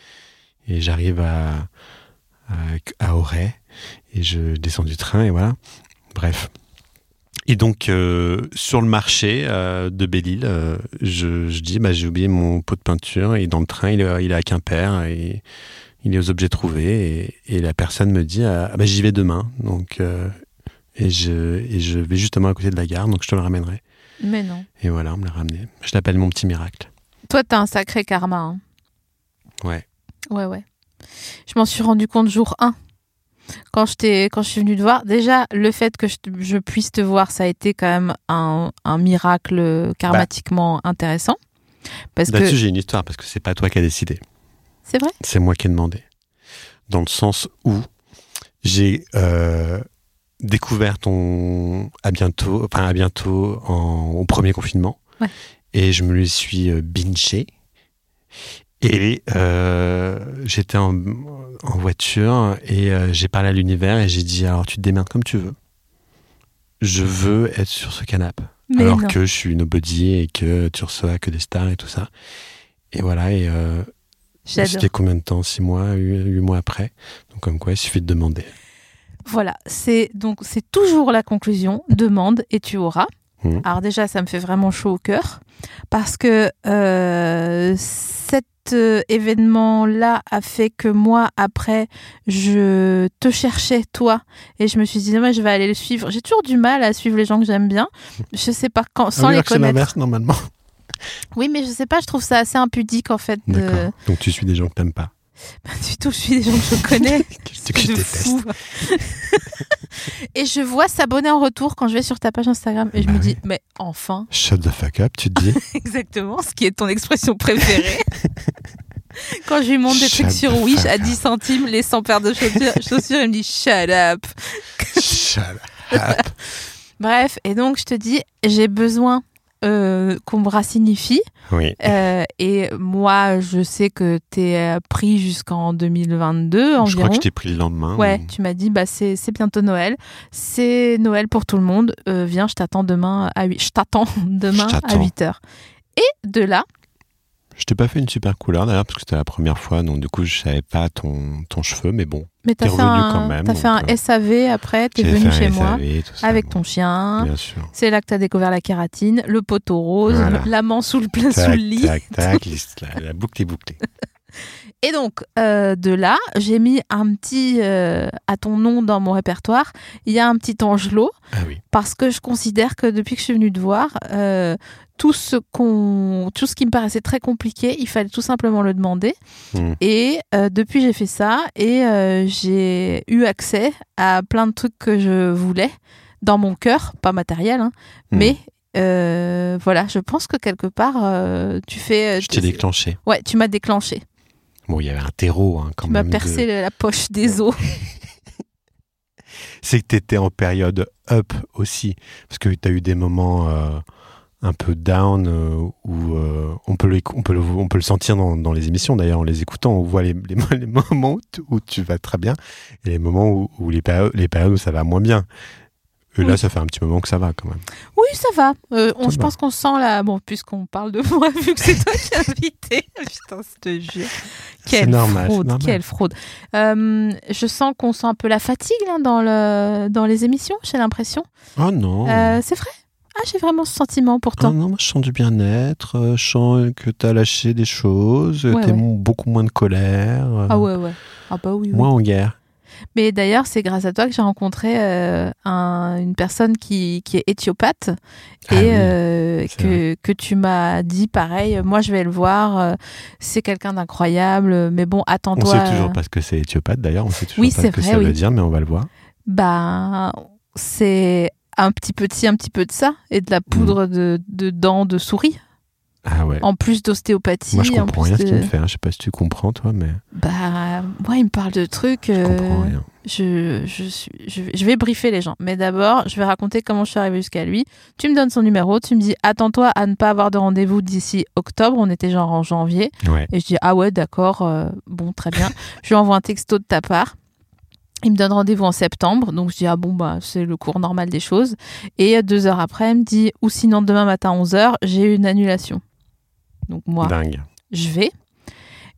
Speaker 2: et j'arrive à, à, à Auray et je descends du train et voilà. Bref. Et donc, euh, sur le marché euh, de Belle-Île, euh, je, je dis, bah, j'ai oublié mon pot de peinture et dans le train, il, est- il est à Quimper et il est aux objets trouvés et, et la personne me dit, ah, bah, j'y vais demain. Donc, euh, et, je, et je vais justement à côté de la gare, donc je te le ramènerai.
Speaker 1: Mais non.
Speaker 2: Et voilà, on me l'a ramené. Je l'appelle mon petit miracle.
Speaker 1: Toi, t'as un sacré karma. hein.
Speaker 2: Ouais.
Speaker 1: Ouais, ouais. Je m'en suis rendu compte jour 1. Quand je, t'ai- quand je suis venue te voir, déjà, le fait que je, te- je puisse te voir, ça a été quand même un, un
Speaker 2: Bah.
Speaker 1: miracle euh, karmatiquement intéressant. Parce que.
Speaker 2: Là-dessus, Bah, j'ai une histoire parce que c'est pas toi qui as décidé.
Speaker 1: C'est vrai
Speaker 2: C'est moi qui ai demandé. Dans le sens où j'ai euh, découvert ton à bientôt, enfin à bientôt en- au premier confinement,
Speaker 1: Ouais.
Speaker 2: et je me le suis euh, bingé. Et euh, j'étais en, en voiture et euh, j'ai parlé à l'univers et j'ai dit alors tu te démerdes comme tu veux. Je veux être sur ce canapé.
Speaker 1: Mais
Speaker 2: alors
Speaker 1: non.
Speaker 2: que je suis nobody et que tu reçois que des stars et tout ça. Et voilà, et euh,
Speaker 1: J'adore.
Speaker 2: c'était combien de temps 6 mois 8 mois après Donc, comme quoi, il suffit de demander.
Speaker 1: Voilà, c'est donc c'est toujours la conclusion. Demande et tu auras.
Speaker 2: Mhm.
Speaker 1: Alors déjà, ça me fait vraiment chaud au cœur parce que euh, cet euh, événement-là a fait que moi, après, je te cherchais toi et je me suis dit non, mais je vais aller le suivre. J'ai toujours du mal à suivre les gens que j'aime bien. Je sais pas quand, sans les
Speaker 2: c'est
Speaker 1: connaître.
Speaker 2: l'inverse, normalement.
Speaker 1: Oui, mais je sais pas. Je trouve ça assez impudique en fait. De...
Speaker 2: D'accord. Donc, tu suis des gens que t'aimes pas.
Speaker 1: Pas du tout, je suis des gens que je connais.
Speaker 2: Que, que je
Speaker 1: de
Speaker 2: déteste.
Speaker 1: fou. et je vois s'abonner en retour quand je vais sur ta page Instagram. Et je
Speaker 2: Bah
Speaker 1: me
Speaker 2: oui.
Speaker 1: dis, mais enfin,
Speaker 2: Shut the fuck up, tu te dis.
Speaker 1: exactement ce qui est ton expression préférée. quand je lui montre des trucs
Speaker 2: Shut
Speaker 1: sur
Speaker 2: the
Speaker 1: Wish
Speaker 2: fuck
Speaker 1: à
Speaker 2: up.
Speaker 1: 10 centimes, les 100 paires de chaussures, chaussures il me dit, shut up.
Speaker 2: Shut up.
Speaker 1: Bref, et donc je te dis, j'ai besoin euh, qu'Ombra signifie.
Speaker 2: Oui.
Speaker 1: Euh, et moi, je sais que t'es euh, pris jusqu'en 2022 environ.
Speaker 2: Je crois que je t'ai pris le lendemain.
Speaker 1: Ouais,
Speaker 2: ou-
Speaker 1: tu m'as dit, bah c'est c'est bientôt Noël. C'est Noël pour tout le monde. Euh, viens, je t'attends demain à 8 Je t'attends demain
Speaker 2: Je
Speaker 1: à
Speaker 2: t'attends.
Speaker 1: 8h. Et de là,
Speaker 2: Je t'ai pas fait une super couleur d'ailleurs parce que c'était la première fois, donc du coup je savais pas ton, ton cheveu, mais bon.
Speaker 1: mais t'as
Speaker 2: T'es
Speaker 1: fait
Speaker 2: revenu
Speaker 1: un,
Speaker 2: quand même,
Speaker 1: t'as
Speaker 2: donc,
Speaker 1: fait un
Speaker 2: euh,
Speaker 1: SAV après, t'es
Speaker 2: j'avais
Speaker 1: venu
Speaker 2: fait un
Speaker 1: chez moi
Speaker 2: SAV, tout ça,
Speaker 1: avec
Speaker 2: bon.
Speaker 1: ton chien.
Speaker 2: Bien sûr.
Speaker 1: C'est là que t'as découvert la kératine, le poteau rose,
Speaker 2: Voilà.
Speaker 1: l'amant sous le plein sous le
Speaker 2: Tac,
Speaker 1: lit.
Speaker 2: tac, tac, liste, la, la boucle est bouclée.
Speaker 1: Et donc, euh, de là, j'ai mis un petit euh, à ton nom dans mon répertoire. Il y a un petit Angelot
Speaker 2: Ah oui.
Speaker 1: parce que je considère que depuis que je suis venue te voir, euh, tout, ce qu'on, tout ce qui me paraissait très compliqué, il fallait tout simplement le demander.
Speaker 2: Hmm.
Speaker 1: Et euh, depuis, j'ai fait ça et euh, j'ai eu accès à plein de trucs que je voulais dans mon cœur, pas matériel, hein,
Speaker 2: Hmm.
Speaker 1: mais. euh, voilà, je pense que quelque part, euh, tu fais.
Speaker 2: Je t'ai déclenché.
Speaker 1: Ouais, tu m'as déclenché.
Speaker 2: Bon, il y avait un terreau hein, quand
Speaker 1: Tu m'as
Speaker 2: même. de-
Speaker 1: percé la poche des os.
Speaker 2: C'est que t'étais en période up aussi, parce que t'as eu des moments euh, un peu down euh, où euh, on, peut le, on, peut le, on peut le sentir dans, dans les émissions d'ailleurs, en les écoutant, on voit les, les, les moments où tu- où tu vas très bien et les moments où, où les, périodes, les périodes où ça va moins bien. Et là,
Speaker 1: Oui.
Speaker 2: ça fait un petit moment que ça va quand même.
Speaker 1: Oui, ça va. Euh, on,
Speaker 2: Ça
Speaker 1: je
Speaker 2: va.
Speaker 1: pense qu'on sent la. Bon, puisqu'on parle de moi, vu que c'est toi qui as invité. Putain, je te jure. Quelle
Speaker 2: normal, c'est
Speaker 1: fraude,
Speaker 2: normal.
Speaker 1: quelle fraude. Euh, je sens qu'on sent un peu la fatigue là, dans, le... dans les émissions, j'ai l'impression.
Speaker 2: Oh non
Speaker 1: Euh, c'est vrai Ah, j'ai vraiment ce sentiment
Speaker 2: Ah
Speaker 1: pourtant.
Speaker 2: non, moi je sens du bien-être, euh, je sens que t'as lâché des choses,
Speaker 1: Ouais, ouais.
Speaker 2: t'es mo- beaucoup moins de colère, euh,
Speaker 1: Ah ouais, ouais. Ah bah oui, oui.
Speaker 2: moins en guerre.
Speaker 1: Mais d'ailleurs, c'est grâce à toi que j'ai rencontré euh, un- une personne qui, qui est éthiopate
Speaker 2: Ah
Speaker 1: et
Speaker 2: oui,
Speaker 1: euh,
Speaker 2: c'est
Speaker 1: que, que tu m'as dit pareil. Moi, je vais le voir. euh, c'est quelqu'un d'incroyable. Mais bon,
Speaker 2: On
Speaker 1: attends-toi.
Speaker 2: sait
Speaker 1: euh,
Speaker 2: toujours pas ce que c'est éthiopathe d'ailleurs, on sait toujours
Speaker 1: Oui,
Speaker 2: pas ce
Speaker 1: c'est
Speaker 2: que
Speaker 1: vrai,
Speaker 2: ça veut
Speaker 1: oui.
Speaker 2: dire, mais on va le voir.
Speaker 1: Bah, c'est un petit peu de ci, un petit peu de ça et de la
Speaker 2: Mm.
Speaker 1: poudre de, de dents de souris.
Speaker 2: Ah ouais.
Speaker 1: En plus d'ostéopathie.
Speaker 2: Moi je
Speaker 1: en
Speaker 2: comprends
Speaker 1: plus euh.
Speaker 2: rien ce
Speaker 1: de-
Speaker 2: qu'il me fait, hein. je sais pas si tu comprends toi, mais
Speaker 1: Bah, moi, il me parle de trucs.
Speaker 2: je
Speaker 1: euh,
Speaker 2: comprends rien.
Speaker 1: je, je, suis- je, vais- je vais briefer les gens. Mais d'abord, je vais raconter comment je suis arrivée jusqu'à lui. Tu me donnes son numéro, tu me dis attends-toi à ne pas avoir de rendez-vous d'ici octobre. On était genre en janvier.
Speaker 2: Ouais.
Speaker 1: Et je dis ah ouais, d'accord, euh, bon, très bien. je lui envoie un texto de ta part. Il me donne rendez-vous en septembre, donc je dis ah bon bah c'est le cours normal des choses. Et euh, deux heures après, il me dit ou sinon demain matin 11 h j'ai une annulation. Donc moi,
Speaker 2: Dingue.
Speaker 1: je vais.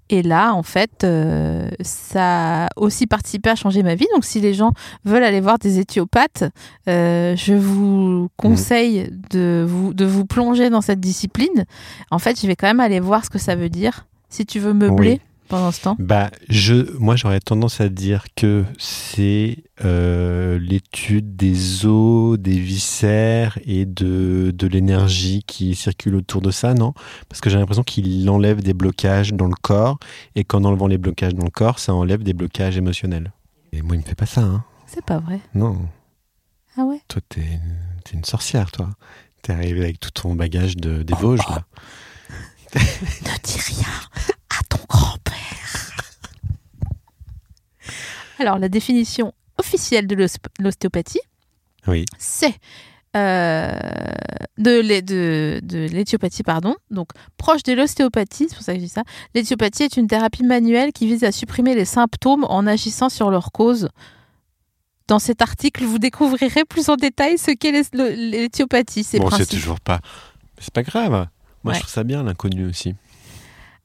Speaker 1: Et là, en fait, euh, ça a aussi participé à changer ma vie. Donc, si les gens veulent aller voir des éthiopathes, euh, je vous conseille de vous, de vous plonger dans cette discipline. En fait, je vais quand même aller voir ce que ça veut dire. Si tu veux meubler pendant ce temps.
Speaker 2: Bah, je, moi j'aurais tendance à dire que c'est euh, l'étude des os, des viscères et de, de l'énergie qui circule autour de ça, non Parce que j'ai l'impression qu'il enlève des blocages dans le corps et qu'en enlevant les blocages dans le corps, ça enlève des blocages émotionnels. Et moi, il me fait pas ça, hein
Speaker 1: C'est pas vrai.
Speaker 2: Non.
Speaker 1: Ah ouais
Speaker 2: Toi, t'es une, t'es une sorcière, toi. T'es arrivé avec tout ton bagage de, des Vosges, là.
Speaker 1: Ne dis rien à ton grand-père. Alors, la définition officielle de l'os- l'ostéopathie,
Speaker 2: Oui.
Speaker 1: c'est euh, de l'é- de- de l'éthiopathie, pardon. Donc, proche de l'ostéopathie, c'est pour ça que je dis ça. L'éthiopathie est une thérapie manuelle qui vise à supprimer les symptômes en agissant sur leur cause. Dans cet article, vous découvrirez plus en détail ce qu'est l'es- le- l'éthiopathie, ses
Speaker 2: Bon, c'est
Speaker 1: principes.
Speaker 2: toujours pas. mais C'est pas grave. Moi,
Speaker 1: Ouais.
Speaker 2: je trouve ça bien, l'inconnu aussi.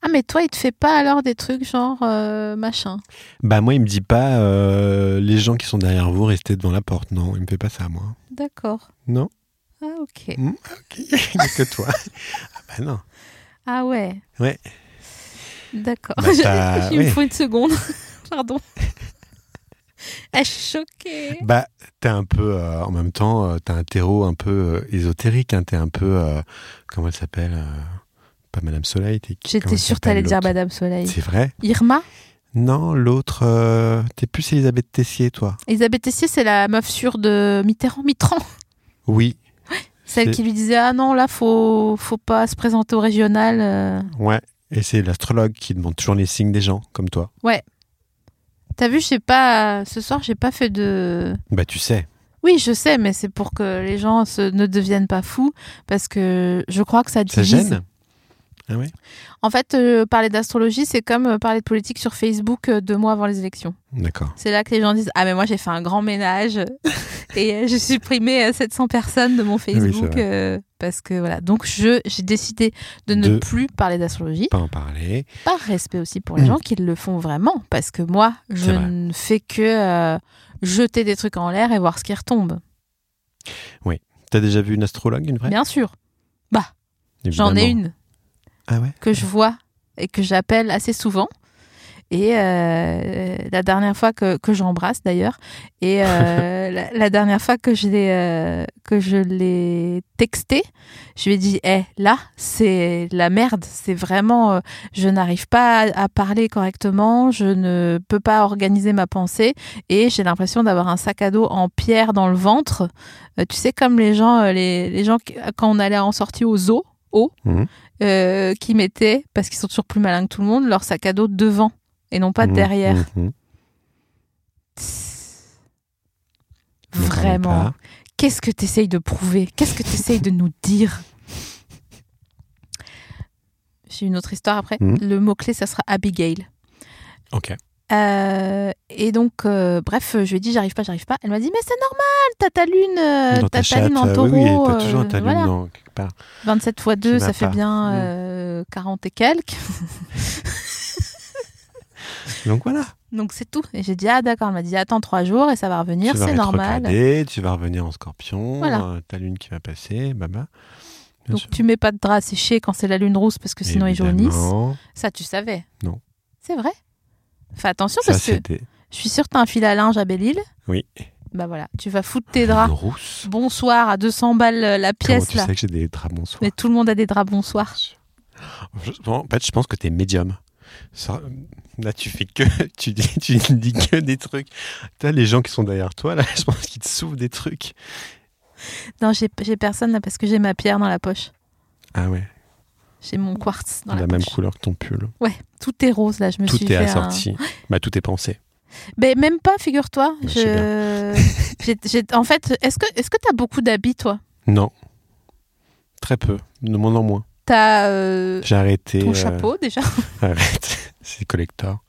Speaker 1: Ah, mais toi, il te fait pas alors des trucs genre euh, machin
Speaker 2: Bah moi, il me dit pas euh, les gens qui sont derrière vous restez devant la porte. Non, il me fait pas ça moi.
Speaker 1: D'accord.
Speaker 2: Non.
Speaker 1: Ah, ok.
Speaker 2: Il n'y a que toi. ah bah non.
Speaker 1: Ah ouais.
Speaker 2: Ouais.
Speaker 1: D'accord.
Speaker 2: Bah,
Speaker 1: Je-
Speaker 2: t'as-
Speaker 1: Il me
Speaker 2: ouais.
Speaker 1: faut une seconde. Pardon. Elle est choquée.
Speaker 2: Bah t'es un peu euh, en même temps, euh, t'as un terreau un peu euh, ésotérique. Hein, t'es un peu euh, comment elle s'appelle euh, Pas Madame Soleil. t'es qui- comment
Speaker 1: J'étais
Speaker 2: elle
Speaker 1: sûre que
Speaker 2: s'appelle,
Speaker 1: t'allais dire
Speaker 2: l'autre
Speaker 1: Madame Soleil.
Speaker 2: C'est vrai
Speaker 1: Irma
Speaker 2: Non, l'autre. euh, t'es plus Elisabeth Tessier, toi.
Speaker 1: Elisabeth Tessier, c'est la meuf sûre de Mitterrand. Mitterrand
Speaker 2: Oui.
Speaker 1: Celle
Speaker 2: C'est-
Speaker 1: qui lui disait Ah non, là, faut, faut pas se présenter au régional. euh.
Speaker 2: Ouais. Et c'est l'astrologue qui demande toujours les signes des gens, comme toi.
Speaker 1: T'as vu, j'ai pas. Ce soir, j'ai pas fait de.
Speaker 2: Bah tu sais.
Speaker 1: Oui, je sais, mais c'est pour que les gens se- ne deviennent pas fous, parce que je crois que ça
Speaker 2: Ça
Speaker 1: divise.
Speaker 2: gêne Ah oui
Speaker 1: En fait, euh, parler d'astrologie, c'est comme euh, parler de politique sur Facebook euh, deux mois avant les élections.
Speaker 2: D'accord.
Speaker 1: C'est là que les gens disent Ah, mais moi j'ai fait un grand ménage et euh, j'ai supprimé euh, 700 personnes de mon
Speaker 2: c'est
Speaker 1: Facebook.
Speaker 2: vrai.
Speaker 1: euh, parce que voilà. Donc je- j'ai décidé de ne
Speaker 2: De-
Speaker 1: plus parler d'astrologie,
Speaker 2: Pas en parler.
Speaker 1: par respect aussi pour les
Speaker 2: Mm.
Speaker 1: gens qui le font vraiment. Parce que moi, je
Speaker 2: C'est vrai.
Speaker 1: ne fais que euh, jeter des trucs en l'air et voir ce qui retombe.
Speaker 2: T'as déjà vu une astrologue, une vraie
Speaker 1: Bien sûr. Bah, J'en ai
Speaker 2: Évidemment.
Speaker 1: une
Speaker 2: Ah ouais
Speaker 1: que je vois et que j'appelle assez souvent. Et euh, la dernière fois que, que j'embrasse d'ailleurs, et euh, la, la dernière fois que je l'ai euh, que je l'ai texté, je lui ai dit Eh, là c'est la merde, c'est vraiment euh, je n'arrive pas à, à parler correctement, je ne peux pas organiser ma pensée et j'ai l'impression d'avoir un sac à dos en pierre dans le ventre. Euh, tu sais comme les gens euh, les, les gens qui- quand on allait en sortie au zoo, au,
Speaker 2: Mhm.
Speaker 1: euh, qui mettaient parce qu'ils sont toujours plus malins que tout le monde leur sac à dos devant et non pas
Speaker 2: Mhm,
Speaker 1: derrière.
Speaker 2: mhm. N'en parlons
Speaker 1: Vraiment.
Speaker 2: pas.
Speaker 1: Qu'est-ce que tu essayes de prouver Qu'est-ce que tu essayes de nous dire J'ai une autre histoire après.
Speaker 2: Mhm.
Speaker 1: Le mot-clé, ça sera Abigail.
Speaker 2: Ok.
Speaker 1: Euh, et donc, euh, bref, je lui ai dit, j'arrive pas, j'arrive pas. Elle m'a dit, mais c'est normal, t'as ta lune, euh, t'as
Speaker 2: Dans ta
Speaker 1: ta
Speaker 2: chatte,
Speaker 1: lune en
Speaker 2: euh,
Speaker 1: taureau.
Speaker 2: oui, oui, t'as toujours
Speaker 1: euh,
Speaker 2: un ta lune
Speaker 1: voilà.
Speaker 2: dans- quelque part.
Speaker 1: 27 fois 2,
Speaker 2: va
Speaker 1: ça fait
Speaker 2: pas.
Speaker 1: bien
Speaker 2: Mhm.
Speaker 1: euh, 40 et quelques.
Speaker 2: Donc voilà.
Speaker 1: Donc c'est tout. Et j'ai dit, ah d'accord, elle m'a dit, attends 3 jours et ça va revenir,
Speaker 2: tu vas
Speaker 1: c'est normal.
Speaker 2: rétrograder, tu vas revenir en scorpion,
Speaker 1: Voilà.
Speaker 2: euh, ta lune qui va passer, baba. Bien
Speaker 1: Donc
Speaker 2: sûr.
Speaker 1: tu mets pas de drap à sécher quand c'est la lune rousse parce que sinon Ah, ils jaunissent.
Speaker 2: Évidemment.
Speaker 1: Ça, tu savais
Speaker 2: Non.
Speaker 1: C'est vrai Fais attention
Speaker 2: Ça,
Speaker 1: parce que
Speaker 2: c'était.
Speaker 1: je suis sûre que t'as un fil à linge à Belle-Île.
Speaker 2: Oui.
Speaker 1: Bah voilà, tu vas foutre tes
Speaker 2: Une
Speaker 1: draps.
Speaker 2: rousse.
Speaker 1: Bonsoir à 200 balles euh, la
Speaker 2: Comment
Speaker 1: pièce
Speaker 2: tu
Speaker 1: là.
Speaker 2: sais que j'ai des draps bonsoir
Speaker 1: Mais tout le monde a des draps bonsoir.
Speaker 2: Je- bon, En fait, je pense que t'es médium. Ça- là, tu fais que. Tu dis, tu dis que des trucs. T'as les gens qui sont derrière toi, là, je pense qu'ils te souffrent des trucs.
Speaker 1: Non, j'ai j'ai personne là parce que j'ai ma pierre dans la poche.
Speaker 2: Ah ouais,
Speaker 1: J'ai mon quartz dans la,
Speaker 2: la même
Speaker 1: poche.
Speaker 2: couleur que ton pull.
Speaker 1: Ouais, tout est rose là, je me suis
Speaker 2: Tout
Speaker 1: fait
Speaker 2: est
Speaker 1: un-
Speaker 2: assorti. Bah, tout est pensé.
Speaker 1: Mais même pas, figure-toi.
Speaker 2: Bah,
Speaker 1: Je- j'ai- j'ai- En fait, est-ce que est-ce que t'as beaucoup d'habits toi
Speaker 2: Non. Très peu. De moins en moins.
Speaker 1: T'as euh,
Speaker 2: J'ai arrêté.
Speaker 1: ton
Speaker 2: euh,
Speaker 1: chapeau déjà
Speaker 2: Arrête, c'est collector.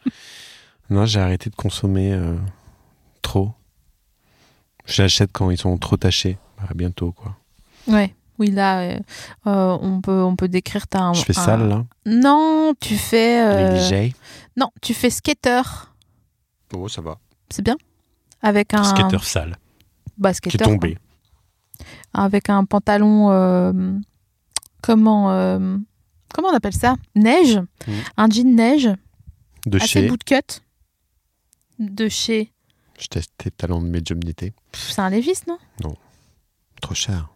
Speaker 2: Non, j'ai arrêté de consommer euh, trop. J'achète quand ils sont trop tachés. À bientôt, quoi.
Speaker 1: Ouais. Oui, là, euh, euh, on peut on peut décrire t'as un.
Speaker 2: je fais
Speaker 1: un-
Speaker 2: sale, là.
Speaker 1: Non, tu fais. euh,
Speaker 2: Négligé.
Speaker 1: Non, tu fais skater.
Speaker 2: Oh, ça va.
Speaker 1: C'est bien. Avec un.
Speaker 2: Skater sale,
Speaker 1: Bah,
Speaker 2: qui est
Speaker 1: skater,
Speaker 2: tombé.
Speaker 1: quoi. Avec un pantalon. euh, comment. euh, comment on appelle ça Neige.
Speaker 2: Mm.
Speaker 1: Un jean neige.
Speaker 2: De
Speaker 1: assez
Speaker 2: chez.
Speaker 1: bootcut. De chez.
Speaker 2: Je teste tes talents de médiumnité.
Speaker 1: Pff, C'est un Levis, non
Speaker 2: Trop cher.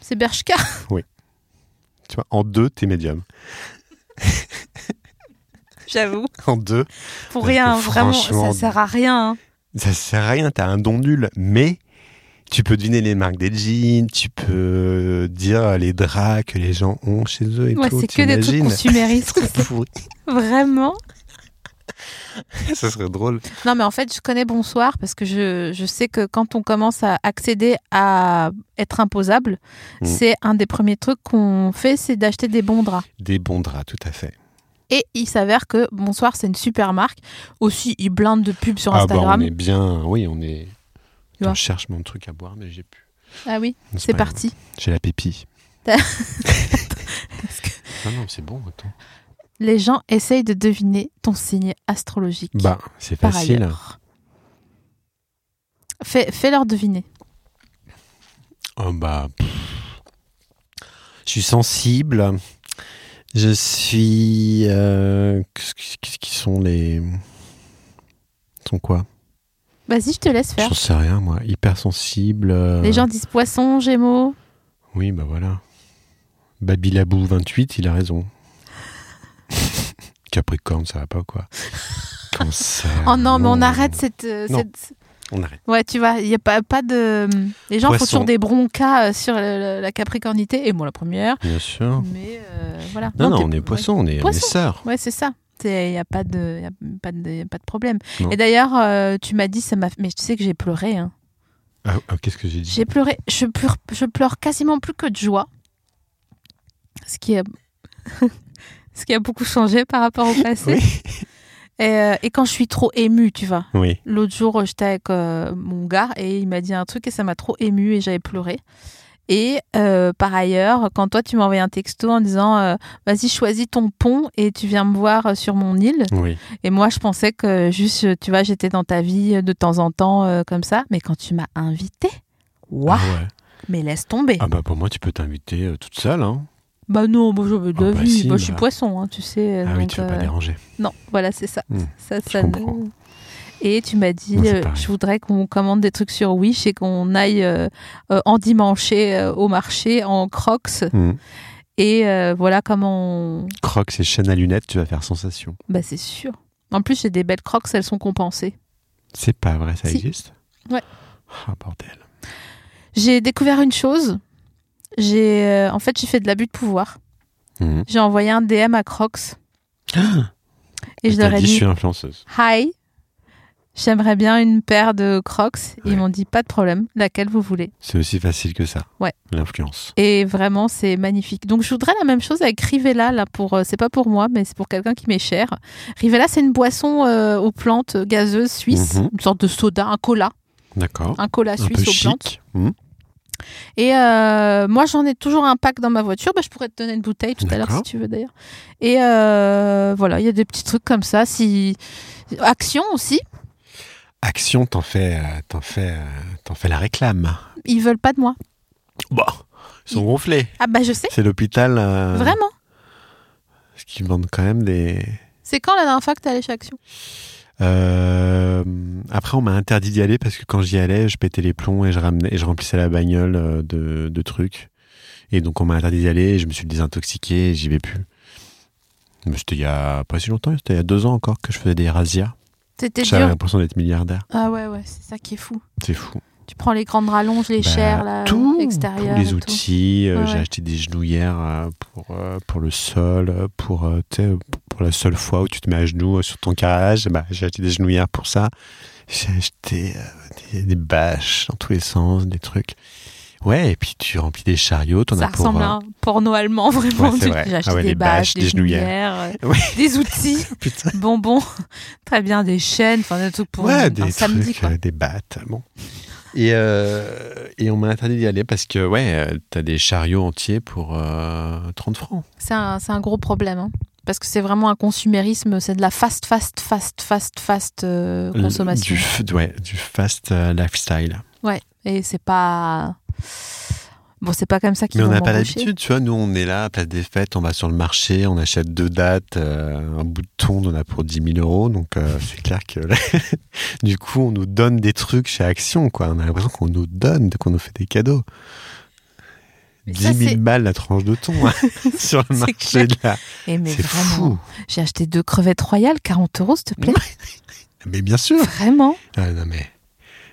Speaker 1: C'est Bershka.
Speaker 2: Tu vois, en deux, t'es médium.
Speaker 1: J'avoue.
Speaker 2: En deux,
Speaker 1: Pour
Speaker 2: Parce que
Speaker 1: rien, vraiment.
Speaker 2: franchement-
Speaker 1: Ça sert à rien. hein.
Speaker 2: ça sert à rien, t'as un don nul, mais tu peux deviner les marques des jeans, tu peux dire les draps que les gens ont chez eux et
Speaker 1: Ouais,
Speaker 2: tout.
Speaker 1: c'est que des trucs
Speaker 2: t'imagines
Speaker 1: consuméristes.
Speaker 2: Trop pourri.
Speaker 1: vraiment.
Speaker 2: ça serait drôle.
Speaker 1: Non, mais en fait, je connais Bonsoir parce que je, je sais que quand on commence à accéder à être imposable,
Speaker 2: Mm.
Speaker 1: c'est un des premiers trucs qu'on fait, c'est d'acheter des bons draps.
Speaker 2: Des bons draps, tout à fait.
Speaker 1: Et il s'avère que Bonsoir, c'est une super marque. Aussi, ils blindent de pubs sur
Speaker 2: ah bah on
Speaker 1: Instagram.
Speaker 2: est bien, oui, on est...
Speaker 1: Tu
Speaker 2: Attends,
Speaker 1: vois.
Speaker 2: je cherche mon truc à boire, mais j'ai plus.
Speaker 1: Ah oui,
Speaker 2: Non,
Speaker 1: c'est
Speaker 2: pas
Speaker 1: parti.
Speaker 2: grave. J'ai la pépille.
Speaker 1: T'as- que-
Speaker 2: non, non, c'est bon, attends.
Speaker 1: Les gens essayent de deviner ton signe astrologique.
Speaker 2: Bah, c'est
Speaker 1: par
Speaker 2: facile.
Speaker 1: ailleurs. Fais, fais-leur deviner.
Speaker 2: Oh bah... pff. Je suis sensible. Je suis... euh, Qu'est-ce qu'est-ce qui sont les... Ils sont quoi
Speaker 1: Vas-y, je te laisse faire.
Speaker 2: J'en sais rien, moi. Hypersensible. euh,
Speaker 1: Les gens disent poisson, gémeaux.
Speaker 2: Oui, bah voilà. Babilabou 28, il a raison. Capricorne, ça va pas quoi. Cancer.
Speaker 1: Oh non, mais on arrête cette- euh,
Speaker 2: Ah Non.
Speaker 1: cette,
Speaker 2: On arrête.
Speaker 1: Ouais, tu vois, il n'y a pas, pas de. Les gens font
Speaker 2: Poisson.
Speaker 1: toujours des broncas euh, sur le- le- la capricornité, et moi la première.
Speaker 2: Bien sûr.
Speaker 1: Mais euh, voilà.
Speaker 2: Oh. Non, non,
Speaker 1: t'es-
Speaker 2: on est poisson, on est, on est
Speaker 1: Poisson.
Speaker 2: sœurs.
Speaker 1: Ouais, ouais, c'est ça. Il n'y a, pas de- y a, pas de- y a pas de problème.
Speaker 2: Non.
Speaker 1: Et d'ailleurs, euh, tu m'as dit, ça m'a. Mais tu sais que j'ai pleuré. hein.
Speaker 2: Ah, ah, Qu'est-ce que j'ai dit
Speaker 1: J'ai pleuré, je pleure, je pleure quasiment plus que de joie. Ce qui a, ce qui a beaucoup changé par rapport au passé. Et, euh, et quand je suis trop émue, tu vois.
Speaker 2: Oui.
Speaker 1: L'autre jour, j'étais avec euh, mon gars et il m'a dit un truc et ça m'a trop émue et j'avais pleuré. Et euh, par ailleurs, quand toi, tu m'as envoyé un texto en disant euh, Vas-y, choisis ton pont et tu viens me voir euh, sur mon île.
Speaker 2: Oui.
Speaker 1: Et moi, je pensais que juste, euh, tu vois, j'étais dans ta vie euh, de temps en temps euh, comme ça. Mais quand tu m'as invité, waouh,
Speaker 2: Ah, ouais.
Speaker 1: mais laisse tomber.
Speaker 2: Ah bah pour moi, tu peux t'inviter euh, toute seule. Hein.
Speaker 1: Bah non, moi, j'avais de
Speaker 2: Ah
Speaker 1: la
Speaker 2: bah
Speaker 1: vie.
Speaker 2: si,
Speaker 1: Moi, je suis
Speaker 2: bah.
Speaker 1: poisson, hein, tu sais.
Speaker 2: Ah oui,
Speaker 1: donc,
Speaker 2: tu veux pas
Speaker 1: euh,
Speaker 2: déranger.
Speaker 1: non, voilà, c'est ça.
Speaker 2: Hmm,
Speaker 1: ça,
Speaker 2: je
Speaker 1: ça ne-
Speaker 2: comprends.
Speaker 1: Et tu m'as dit,
Speaker 2: Non, c'est
Speaker 1: euh,
Speaker 2: pareil.
Speaker 1: je voudrais qu'on commande des trucs sur Wish et qu'on aille euh, euh, endimancher euh, au marché en crocs.
Speaker 2: Hmm.
Speaker 1: Et euh, voilà comment on...
Speaker 2: Crocs et chaîne à lunettes, tu vas faire sensation.
Speaker 1: Bah c'est sûr. En plus, j'ai des belles crocs, elles sont compensées.
Speaker 2: C'est pas vrai, ça
Speaker 1: Si.
Speaker 2: existe
Speaker 1: Ouais.
Speaker 2: Ah bordel.
Speaker 1: J'ai découvert une chose. J'ai, euh, en fait, j'ai fait de l'abus de pouvoir.
Speaker 2: Hmm.
Speaker 1: J'ai envoyé un DM à Crocs et je
Speaker 2: Ah, T'as
Speaker 1: leur ai
Speaker 2: dit, je
Speaker 1: dit
Speaker 2: suis influenceuse.
Speaker 1: Hi, j'aimerais bien une paire de Crocs.
Speaker 2: Ouais.
Speaker 1: Ils m'ont dit pas de problème, laquelle vous voulez.
Speaker 2: C'est aussi facile que ça.
Speaker 1: Ouais.
Speaker 2: L'influence.
Speaker 1: Et vraiment, c'est magnifique. Donc, je voudrais la même chose avec Rivella. Là, pour, euh, c'est pas pour moi, mais c'est pour quelqu'un qui m'est cher. Rivella, c'est une boisson euh, aux plantes gazeuses suisse,
Speaker 2: Mhm.
Speaker 1: une sorte de soda, un cola,
Speaker 2: D'accord.
Speaker 1: un cola
Speaker 2: Un peu
Speaker 1: suisse aux plantes.
Speaker 2: chic. Hmm.
Speaker 1: Et euh, moi, j'en ai toujours un pack dans ma voiture. Bah, je pourrais te donner une bouteille tout à l'heure
Speaker 2: D'accord.
Speaker 1: si tu veux d'ailleurs. Et euh, voilà, il y a des petits trucs comme ça. Si action aussi,
Speaker 2: Action, t'en fais, euh, t'en fais, euh, t'en fais la réclame.
Speaker 1: ils veulent pas de moi.
Speaker 2: Bon, ils sont
Speaker 1: Il-
Speaker 2: gonflés.
Speaker 1: Ah bah je sais,
Speaker 2: C'est l'hôpital. euh,
Speaker 1: vraiment.
Speaker 2: Ce qui demande quand même des.
Speaker 1: C'est quand la dernière fois que t'es allé chez Action
Speaker 2: Euh, Après, on m'a interdit d'y aller parce que quand j'y allais, je pétais les plombs et je ramenais, et je remplissais la bagnole euh, de, de trucs. Et donc, on m'a interdit d'y aller. Et je me suis désintoxiqué et j'y vais plus. Mais c'était il y a pas si longtemps. C'était il y a deux ans encore que je faisais des razzias.
Speaker 1: C'était
Speaker 2: J'avais
Speaker 1: dur.
Speaker 2: l'impression d'être milliardaire.
Speaker 1: Ah ouais ouais, c'est ça qui est fou.
Speaker 2: C'est fou.
Speaker 1: Tu prends les grandes rallonges, les
Speaker 2: Bah,
Speaker 1: chairs là,
Speaker 2: tout,
Speaker 1: extérieures
Speaker 2: tous les
Speaker 1: Euh, et tout.
Speaker 2: outils. euh,
Speaker 1: Ouais,
Speaker 2: J'ai
Speaker 1: ouais.
Speaker 2: acheté des genouillères euh, pour, euh, pour le sol, euh, pour, euh, tu sais, pour la seule fois où tu te mets à genoux euh, sur ton carrelage. Bah, J'ai acheté des genouillères pour ça. J'ai acheté euh, des, des bâches dans tous les sens, des trucs. Ouais, et puis tu remplis des chariots. t'en
Speaker 1: Ça
Speaker 2: as pour,
Speaker 1: ressemble à
Speaker 2: euh,
Speaker 1: un porno allemand vraiment.
Speaker 2: Ouais, c'est
Speaker 1: Tu-
Speaker 2: vrai.
Speaker 1: J'ai acheté
Speaker 2: Ah ouais,
Speaker 1: des
Speaker 2: les
Speaker 1: bâches, des genouillères, euh,
Speaker 2: Ouais.
Speaker 1: des outils,
Speaker 2: Putain.
Speaker 1: bonbons, très bien, des chaînes, enfin des trucs pour
Speaker 2: Ouais,
Speaker 1: un-
Speaker 2: des
Speaker 1: un
Speaker 2: trucs,
Speaker 1: samedi quoi.
Speaker 2: euh, des battes, bon. Et, euh, et on m'a interdit d'y aller parce que, ouais, euh, t'as des chariots entiers pour euh, 30 francs.
Speaker 1: C'est un, c'est un gros problème. hein. Parce que c'est vraiment un consumérisme, c'est de la fast, fast, fast, fast, fast euh, consommation.
Speaker 2: Du, f- ouais, du fast euh, lifestyle.
Speaker 1: Ouais, et c'est pas. Bon, c'est pas comme ça qu'ils
Speaker 2: Mais on
Speaker 1: vont
Speaker 2: n'a pas
Speaker 1: m'embaucher.
Speaker 2: l'habitude, tu vois. Nous, on est là, à place des fêtes, on va sur le marché, on achète deux dates, euh, un bout de thon, on en a pour 10 000 euros. Donc, euh, c'est clair que du coup, on nous donne des trucs chez Action, quoi. On a l'impression qu'on nous donne, qu'on nous fait des cadeaux.
Speaker 1: Mais
Speaker 2: 10
Speaker 1: ça,
Speaker 2: 000
Speaker 1: c'est-
Speaker 2: balles la tranche de thon hein, sur le
Speaker 1: C'est
Speaker 2: marché.
Speaker 1: clair.
Speaker 2: de la-
Speaker 1: Eh, mais
Speaker 2: C'est
Speaker 1: vraiment,
Speaker 2: fou.
Speaker 1: J'ai acheté deux crevettes royales, 40 euros, s'il te plaît.
Speaker 2: Mais bien sûr.
Speaker 1: vraiment
Speaker 2: Ah, non, mais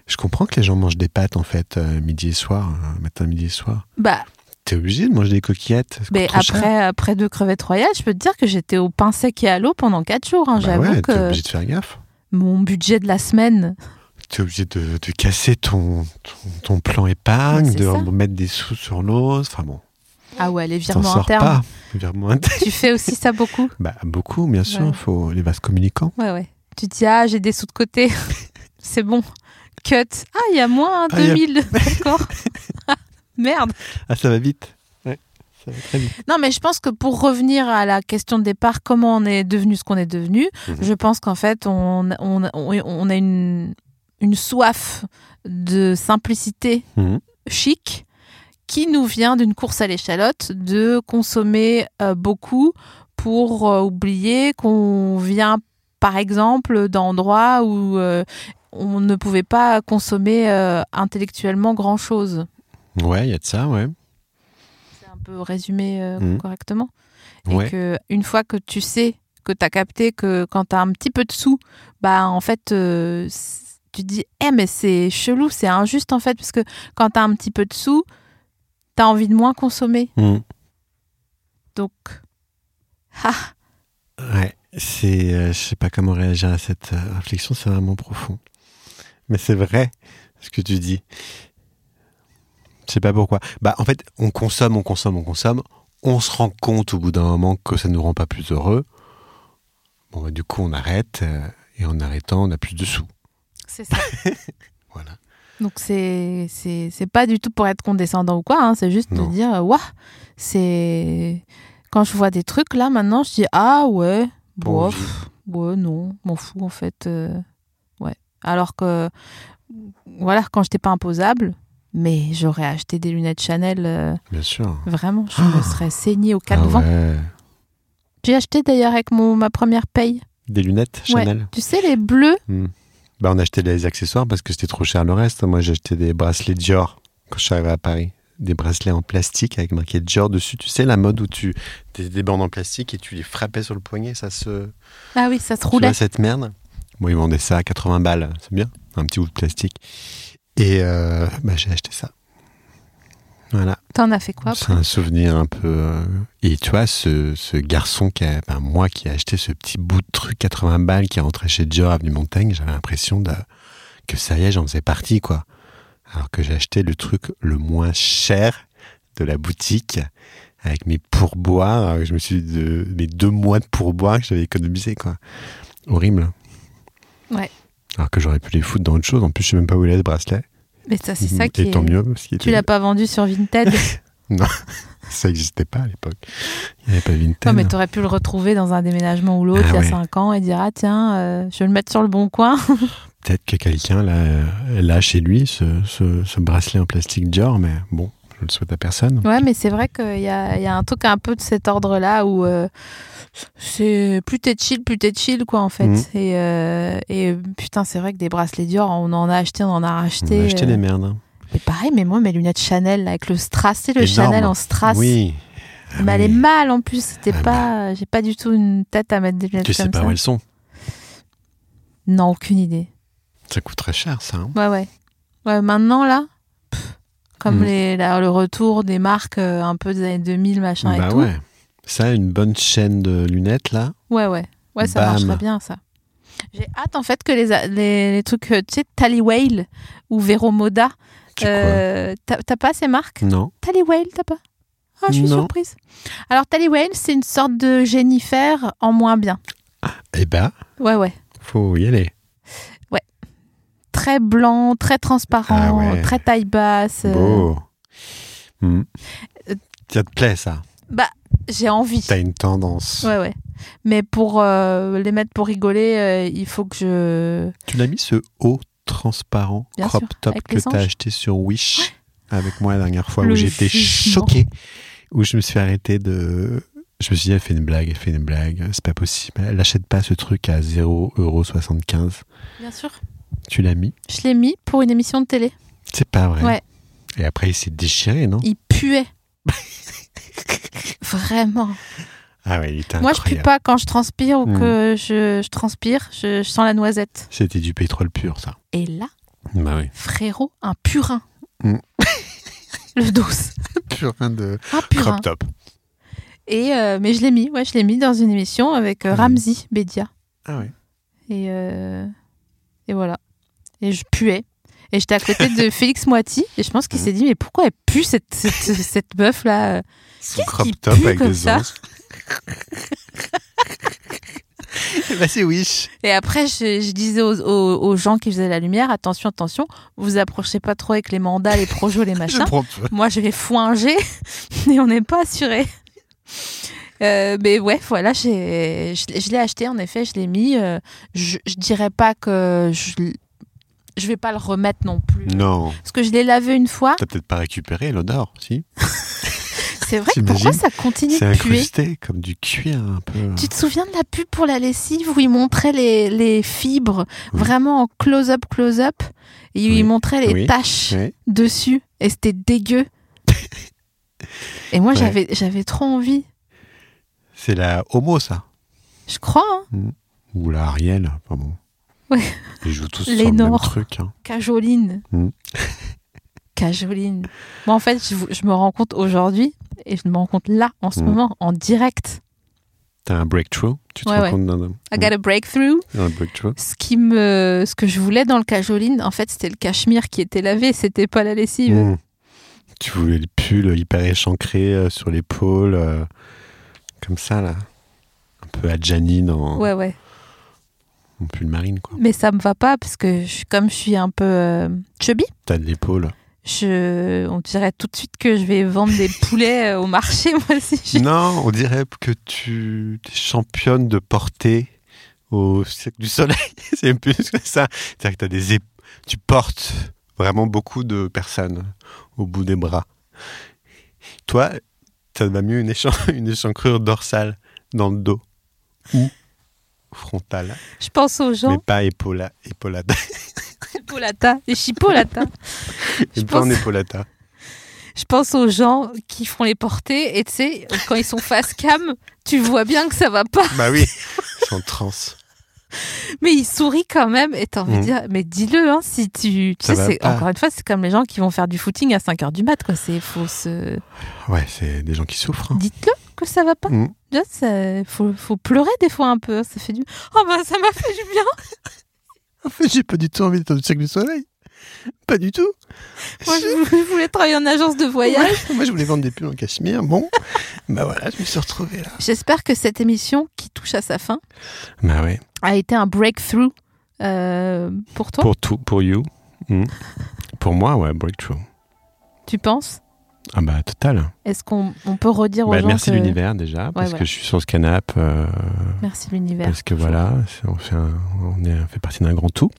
Speaker 2: je comprends que les gens mangent des pâtes, en fait, euh, midi et soir, euh, matin, midi et soir.
Speaker 1: Bah,
Speaker 2: T'es obligé de manger des coquillettes. ça coûte
Speaker 1: mais
Speaker 2: trop cher.
Speaker 1: après, après deux crevettes royales, je peux te dire que j'étais au pain sec et à l'eau pendant 4 jours. hein.
Speaker 2: Bah
Speaker 1: J'avoue
Speaker 2: ouais, t'es
Speaker 1: que
Speaker 2: obligé de faire gaffe.
Speaker 1: mon budget de la semaine.
Speaker 2: T'es obligé de, de casser ton, ton, ton plan épargne,
Speaker 1: Mais c'est
Speaker 2: de
Speaker 1: ça.
Speaker 2: remettre des sous sur l'os. Enfin bon,
Speaker 1: Ah ouais, les
Speaker 2: t'en
Speaker 1: virements
Speaker 2: sors
Speaker 1: internes.
Speaker 2: pas. Les virements internes.
Speaker 1: Tu fais aussi ça beaucoup
Speaker 2: Bah, beaucoup, bien sûr.
Speaker 1: Ouais.
Speaker 2: Faut les vases communicants.
Speaker 1: Ouais, ouais. Tu te dis, ah, j'ai des sous de côté. C'est bon. Cut. Ah, il y a moins
Speaker 2: Ah, il y a-
Speaker 1: 2000. D'accord. Merde.
Speaker 2: Ah, ça va vite. Ouais, ça va très vite.
Speaker 1: Non, mais je pense que pour revenir à la question de départ, comment on est devenu ce qu'on est devenu,
Speaker 2: Mhm.
Speaker 1: je pense qu'en fait, on, on, on- on a une, une soif de simplicité
Speaker 2: Mhm.
Speaker 1: chic qui nous vient d'une course à l'échalote, de consommer euh, beaucoup pour euh, oublier qu'on vient par exemple d'endroits où euh, on ne pouvait pas consommer euh, intellectuellement grand-chose.
Speaker 2: Ouais, il y a de ça, ouais.
Speaker 1: C'est un peu résumé euh,
Speaker 2: Mhm.
Speaker 1: correctement. Et
Speaker 2: Ouais.
Speaker 1: que une fois que tu sais, que tu as capté que quand tu as un petit peu de sous, bah en fait euh, c- tu te dis "Eh mais c'est chelou, c'est injuste en fait parce que quand tu as un petit peu de sous, tu as envie de moins consommer."
Speaker 2: Mhm.
Speaker 1: Donc ah,
Speaker 2: Ouais, c'est, euh, je sais pas comment réagir à cette euh, réflexion, c'est vraiment profond. Mais c'est vrai, ce que tu dis. Je sais pas pourquoi. Bah, en fait, on consomme, on consomme, on consomme. On se rend compte au bout d'un moment que ça ne nous rend pas plus heureux. Bon, bah, du coup, on arrête. euh, et en arrêtant, on a plus de sous.
Speaker 1: C'est ça.
Speaker 2: Voilà.
Speaker 1: Donc c'est c'est c'est pas du tout pour être condescendant ou quoi, hein, c'est juste
Speaker 2: Non.
Speaker 1: de dire euh, waouh, c'est quand je vois des trucs là maintenant, je dis ah ouais,
Speaker 2: Pas envie.
Speaker 1: bof, ouais non, m'en fous en fait, euh, ouais. Alors que voilà, quand j'étais pas imposable, mais j'aurais acheté des lunettes Chanel, euh,
Speaker 2: Bien sûr.
Speaker 1: vraiment, je me serais saignée aux
Speaker 2: Ah
Speaker 1: quatre vents.
Speaker 2: ouais.
Speaker 1: J'ai acheté d'ailleurs avec mon ma première paye,
Speaker 2: Des lunettes
Speaker 1: Ouais.
Speaker 2: Chanel.
Speaker 1: tu sais les bleus,
Speaker 2: Bah, on achetait des accessoires parce que c'était trop cher le reste. Moi, j'ai acheté des bracelets Dior quand je suis arrivé à Paris. Des bracelets en plastique avec marqué Dior dessus. Tu sais, la mode où tu. Des, des bandes en plastique et tu les frappais sur le poignet, ça se.
Speaker 1: ah oui, ça se
Speaker 2: Tu
Speaker 1: roulait.
Speaker 2: vois cette merde Bon, ils vendaient ça à 80 balles. C'est bien. Un petit bout de plastique. Et euh, bah, j'ai acheté ça. Voilà.
Speaker 1: T'en as fait quoi
Speaker 2: C'est
Speaker 1: après
Speaker 2: un souvenir un peu. euh, Et tu vois, ce, ce garçon, qui a, ben, moi qui ai acheté ce petit bout de truc 80 balles qui est rentré chez Dior Avenue Montaigne, j'avais l'impression de- que ça y est, j'en faisais partie, quoi. Alors que j'ai acheté le truc le moins cher de la boutique avec mes pourboires. euh, Je me suis dit de mes deux mois de pourboires que j'avais économisé, quoi. Horrible.
Speaker 1: Ouais.
Speaker 2: Alors que j'aurais pu les foutre dans autre chose. En plus, je sais même pas où il est ce bracelet. Mhm.
Speaker 1: Mais ça c'est ça qui
Speaker 2: Mmh, Et
Speaker 1: est-
Speaker 2: tant mieux, parce qu'il
Speaker 1: Tu
Speaker 2: était-
Speaker 1: l'as pas vendu sur Vinted
Speaker 2: ça n'existait pas à l'époque. Il n'y avait pas Vinted.
Speaker 1: Non,
Speaker 2: hein.
Speaker 1: mais t'aurais pu le retrouver dans un déménagement ou l'autre
Speaker 2: Ah
Speaker 1: il y a
Speaker 2: ouais.
Speaker 1: 5 ans et dire Ah, tiens, euh, je vais le mettre sur le bon coin.
Speaker 2: Peut-être que quelqu'un l'a euh, l'a chez lui, ce, ce- ce bracelet en plastique Dior, mais bon, je le souhaite à personne.
Speaker 1: ouais, mais c'est vrai qu'il y a, il y a un truc un peu de cet ordre-là où euh, c'est plus t'es chill, plus t'es chill, quoi, en fait.
Speaker 2: Mhm.
Speaker 1: Et, euh, et putain, c'est vrai que des bracelets Dior, on en a acheté, on en a
Speaker 2: On
Speaker 1: racheté.
Speaker 2: a acheté
Speaker 1: euh.
Speaker 2: des merdes. hein.
Speaker 1: Mais pareil, mais moi, mes lunettes Chanel, là, avec le strass, c'est le
Speaker 2: Énorme.
Speaker 1: Chanel en strass.
Speaker 2: Oui. Ah
Speaker 1: Mais elle est
Speaker 2: oui.
Speaker 1: mal en plus, c'était
Speaker 2: Ah
Speaker 1: pas. J'ai pas du tout une tête à mettre des lunettes
Speaker 2: Tu sais
Speaker 1: comme
Speaker 2: pas
Speaker 1: ça.
Speaker 2: où elles sont.
Speaker 1: Non, aucune idée.
Speaker 2: Ça coûte très cher, ça. hein.
Speaker 1: Ouais, ouais. Ouais, maintenant, là, pff, comme
Speaker 2: Mm.
Speaker 1: les, la- le retour des marques euh, un peu des années 2000, machin et
Speaker 2: bah
Speaker 1: tout.
Speaker 2: ouais. Ça, une bonne chaîne de lunettes, là.
Speaker 1: Ouais, ouais. Ouais, ça
Speaker 2: Bam.
Speaker 1: marcherait bien, ça. J'ai hâte, en fait, que les, a- les, les trucs, euh, tu sais, Tally Whale ou Vero Moda.
Speaker 2: C'est
Speaker 1: euh, T'as t'as pas ces marques
Speaker 2: Non.
Speaker 1: Tally Whale, t'as pas Ah, je suis
Speaker 2: Non.
Speaker 1: surprise. Alors, Tally Whale, c'est une sorte de Jennifer en moins bien.
Speaker 2: Eh bah,
Speaker 1: Ouais, ouais.
Speaker 2: faut y aller.
Speaker 1: Très blanc, très transparent,
Speaker 2: Ah ouais.
Speaker 1: très taille basse. euh,
Speaker 2: Beau. Hmm.
Speaker 1: Euh,
Speaker 2: Ça te plaît, ça.
Speaker 1: bah, J'ai envie.
Speaker 2: T'as une tendance.
Speaker 1: Ouais, ouais. Mais pour euh, les mettre pour rigoler, euh, il faut que je.
Speaker 2: Tu l'as mis ce haut transparent
Speaker 1: Bien
Speaker 2: crop
Speaker 1: sûr,
Speaker 2: top
Speaker 1: avec
Speaker 2: que
Speaker 1: les
Speaker 2: tu as
Speaker 1: anges.
Speaker 2: acheté sur Wish avec moi la dernière fois où
Speaker 1: Le
Speaker 2: j'étais
Speaker 1: jugement.
Speaker 2: choqué, où je me suis arrêté de. Je me suis dit, elle fait une blague, elle fait une blague, c'est pas possible, elle achète pas ce truc à 0,75€.
Speaker 1: Bien sûr.
Speaker 2: Tu l'as mis
Speaker 1: Je l'ai mis pour une émission de télé.
Speaker 2: C'est pas vrai.
Speaker 1: Ouais.
Speaker 2: Et après, il s'est déchiré, non
Speaker 1: Il puait. Vraiment.
Speaker 2: Ah ouais, il était
Speaker 1: Moi, je pue
Speaker 2: incroyable.
Speaker 1: pas quand je transpire ou
Speaker 2: Mm.
Speaker 1: que je, je transpire. Je, je sens la noisette.
Speaker 2: C'était du pétrole pur, ça.
Speaker 1: Et là,
Speaker 2: Bah oui.
Speaker 1: frérot, un purin.
Speaker 2: Mm.
Speaker 1: Le dos.
Speaker 2: Purin de
Speaker 1: Un purin.
Speaker 2: crop top.
Speaker 1: Et, euh, mais je l'ai mis. Ouais, je l'ai mis dans une émission avec euh,
Speaker 2: Ah oui.
Speaker 1: Ramzi Bedia.
Speaker 2: Ah ouais.
Speaker 1: Et, euh, et voilà. Et je puais. Et j'étais à côté de Félix Moiti. Et je pense qu'il s'est dit, mais pourquoi elle pue cette, cette, cette meuf-là euh,
Speaker 2: Son
Speaker 1: Qu'est-ce
Speaker 2: crop
Speaker 1: qui
Speaker 2: top
Speaker 1: pue
Speaker 2: avec
Speaker 1: comme
Speaker 2: des
Speaker 1: ça
Speaker 2: anges. bah c'est Wish.
Speaker 1: Et après, je, je disais aux, aux- aux gens qui faisaient la lumière, attention, attention, vous approchez pas trop avec les mandats, les projets, les
Speaker 2: Je
Speaker 1: machins.
Speaker 2: prends peu.
Speaker 1: Moi, je vais foinger. Et on n'est pas assuré. Euh, mais ouais, voilà, j'ai- je, l'ai- je l'ai acheté, en effet, je l'ai mis. euh, je, je dirais pas que je, l- je vais pas le remettre non plus.
Speaker 2: Non.
Speaker 1: Parce que je l'ai lavé une fois.
Speaker 2: T'as peut-être pas récupéré l'odeur, si
Speaker 1: C'est vrai que pourquoi
Speaker 2: T'imagines
Speaker 1: ça continue
Speaker 2: C'est
Speaker 1: de puer
Speaker 2: incrusté, comme du cuir un peu. hein.
Speaker 1: Tu te souviens de la pub pour la lessive où ils montraient les, les fibres
Speaker 2: Oui.
Speaker 1: vraiment en close-up, close-up et où
Speaker 2: Oui.
Speaker 1: ils montraient les
Speaker 2: Oui.
Speaker 1: taches
Speaker 2: Ouais.
Speaker 1: dessus et c'était dégueu. et moi
Speaker 2: Ouais.
Speaker 1: j'avais j'avais trop envie,
Speaker 2: C'est la homo, ça.
Speaker 1: je crois, hein,
Speaker 2: Ou la Ariel, enfin bon.
Speaker 1: Ouais.
Speaker 2: Ils jouent tous sur le
Speaker 1: Lénore.
Speaker 2: même truc. hein.
Speaker 1: cajoline.
Speaker 2: Mm.
Speaker 1: cajoline. Moi en fait je, vous- je me rends compte aujourd'hui et je me rends compte là en ce
Speaker 2: Mm.
Speaker 1: moment en direct
Speaker 2: T'as un breakthrough, tu te
Speaker 1: Ouais,
Speaker 2: rends
Speaker 1: ouais.
Speaker 2: compte d'un
Speaker 1: I got a breakthrough.
Speaker 2: un breakthrough.
Speaker 1: Ce qui me, ce que je voulais dans le cajoline, en fait, c'était le cachemire qui était lavé, c'était pas la lessive.
Speaker 2: Mm. Tu voulais le pull hyper échancré euh, sur l'épaule, euh, comme ça là, un peu à Janine en,
Speaker 1: Ouais, ouais.
Speaker 2: en pull marine quoi.
Speaker 1: Mais ça me va pas parce que je- comme je suis un peu euh, chubby,
Speaker 2: T'as de l'épaule.
Speaker 1: je, on dirait tout de suite que je vais vendre des poulets euh, au marché moi si je.
Speaker 2: Non, on dirait que tu es championne de portée au siècle du soleil. C'est plus que ça. C'est-à-dire que t'as des ép- tu portes vraiment beaucoup de personnes au bout des bras. Toi, ça te va mieux une, échan- une échancrure dorsale dans le dos ou frontale,
Speaker 1: Je pense aux gens
Speaker 2: mais pas épaula, épaulade.
Speaker 1: Chipolata, des chipolatas. Je
Speaker 2: Et pas en
Speaker 1: pense-
Speaker 2: épaulata.
Speaker 1: Je pense aux gens qui font les portées et tu sais, quand ils sont face cam, tu vois bien que ça va pas,
Speaker 2: Bah oui, sans transe.
Speaker 1: mais ils sourient quand même et t'as envie
Speaker 2: Mhm.
Speaker 1: de dire, mais dis-le, hein, si tu. tu
Speaker 2: Ça
Speaker 1: sais,
Speaker 2: va
Speaker 1: c'est-
Speaker 2: pas.
Speaker 1: encore une fois, c'est comme les gens qui vont faire du footing à 5 heures du mat, quoi. C'est faut se.
Speaker 2: Ouais, c'est des gens qui souffrent. hein.
Speaker 1: Dites-le que ça va pas.
Speaker 2: Mm.
Speaker 1: Tu vois, ça- faut, faut pleurer des fois un peu, hein, ça fait du. Oh bah ça m'a fait du bien,
Speaker 2: En fait, j'ai pas du tout envie d'être au siècle du soleil. Pas du tout.
Speaker 1: moi je, je voulais travailler en agence de voyage.
Speaker 2: Ouais, Moi, je voulais vendre des pulls en cachemire. Bon, bah voilà, je me suis retrouvé là.
Speaker 1: J'espère que cette émission qui touche à sa fin
Speaker 2: Bah ouais.
Speaker 1: a été un breakthrough euh, pour toi,
Speaker 2: Pour tout, pour you. Mm. Pour moi, ouais, breakthrough.
Speaker 1: tu penses
Speaker 2: Ah bah total.
Speaker 1: Est-ce qu'on on peut redire aux
Speaker 2: Bah,
Speaker 1: gens
Speaker 2: merci
Speaker 1: que-
Speaker 2: l'univers déjà, parce
Speaker 1: voilà.
Speaker 2: que je suis sur ce canapé, euh,
Speaker 1: Merci l'univers.
Speaker 2: parce que voilà, c'est- on fait, un- on est- on fait partie d'un grand tout.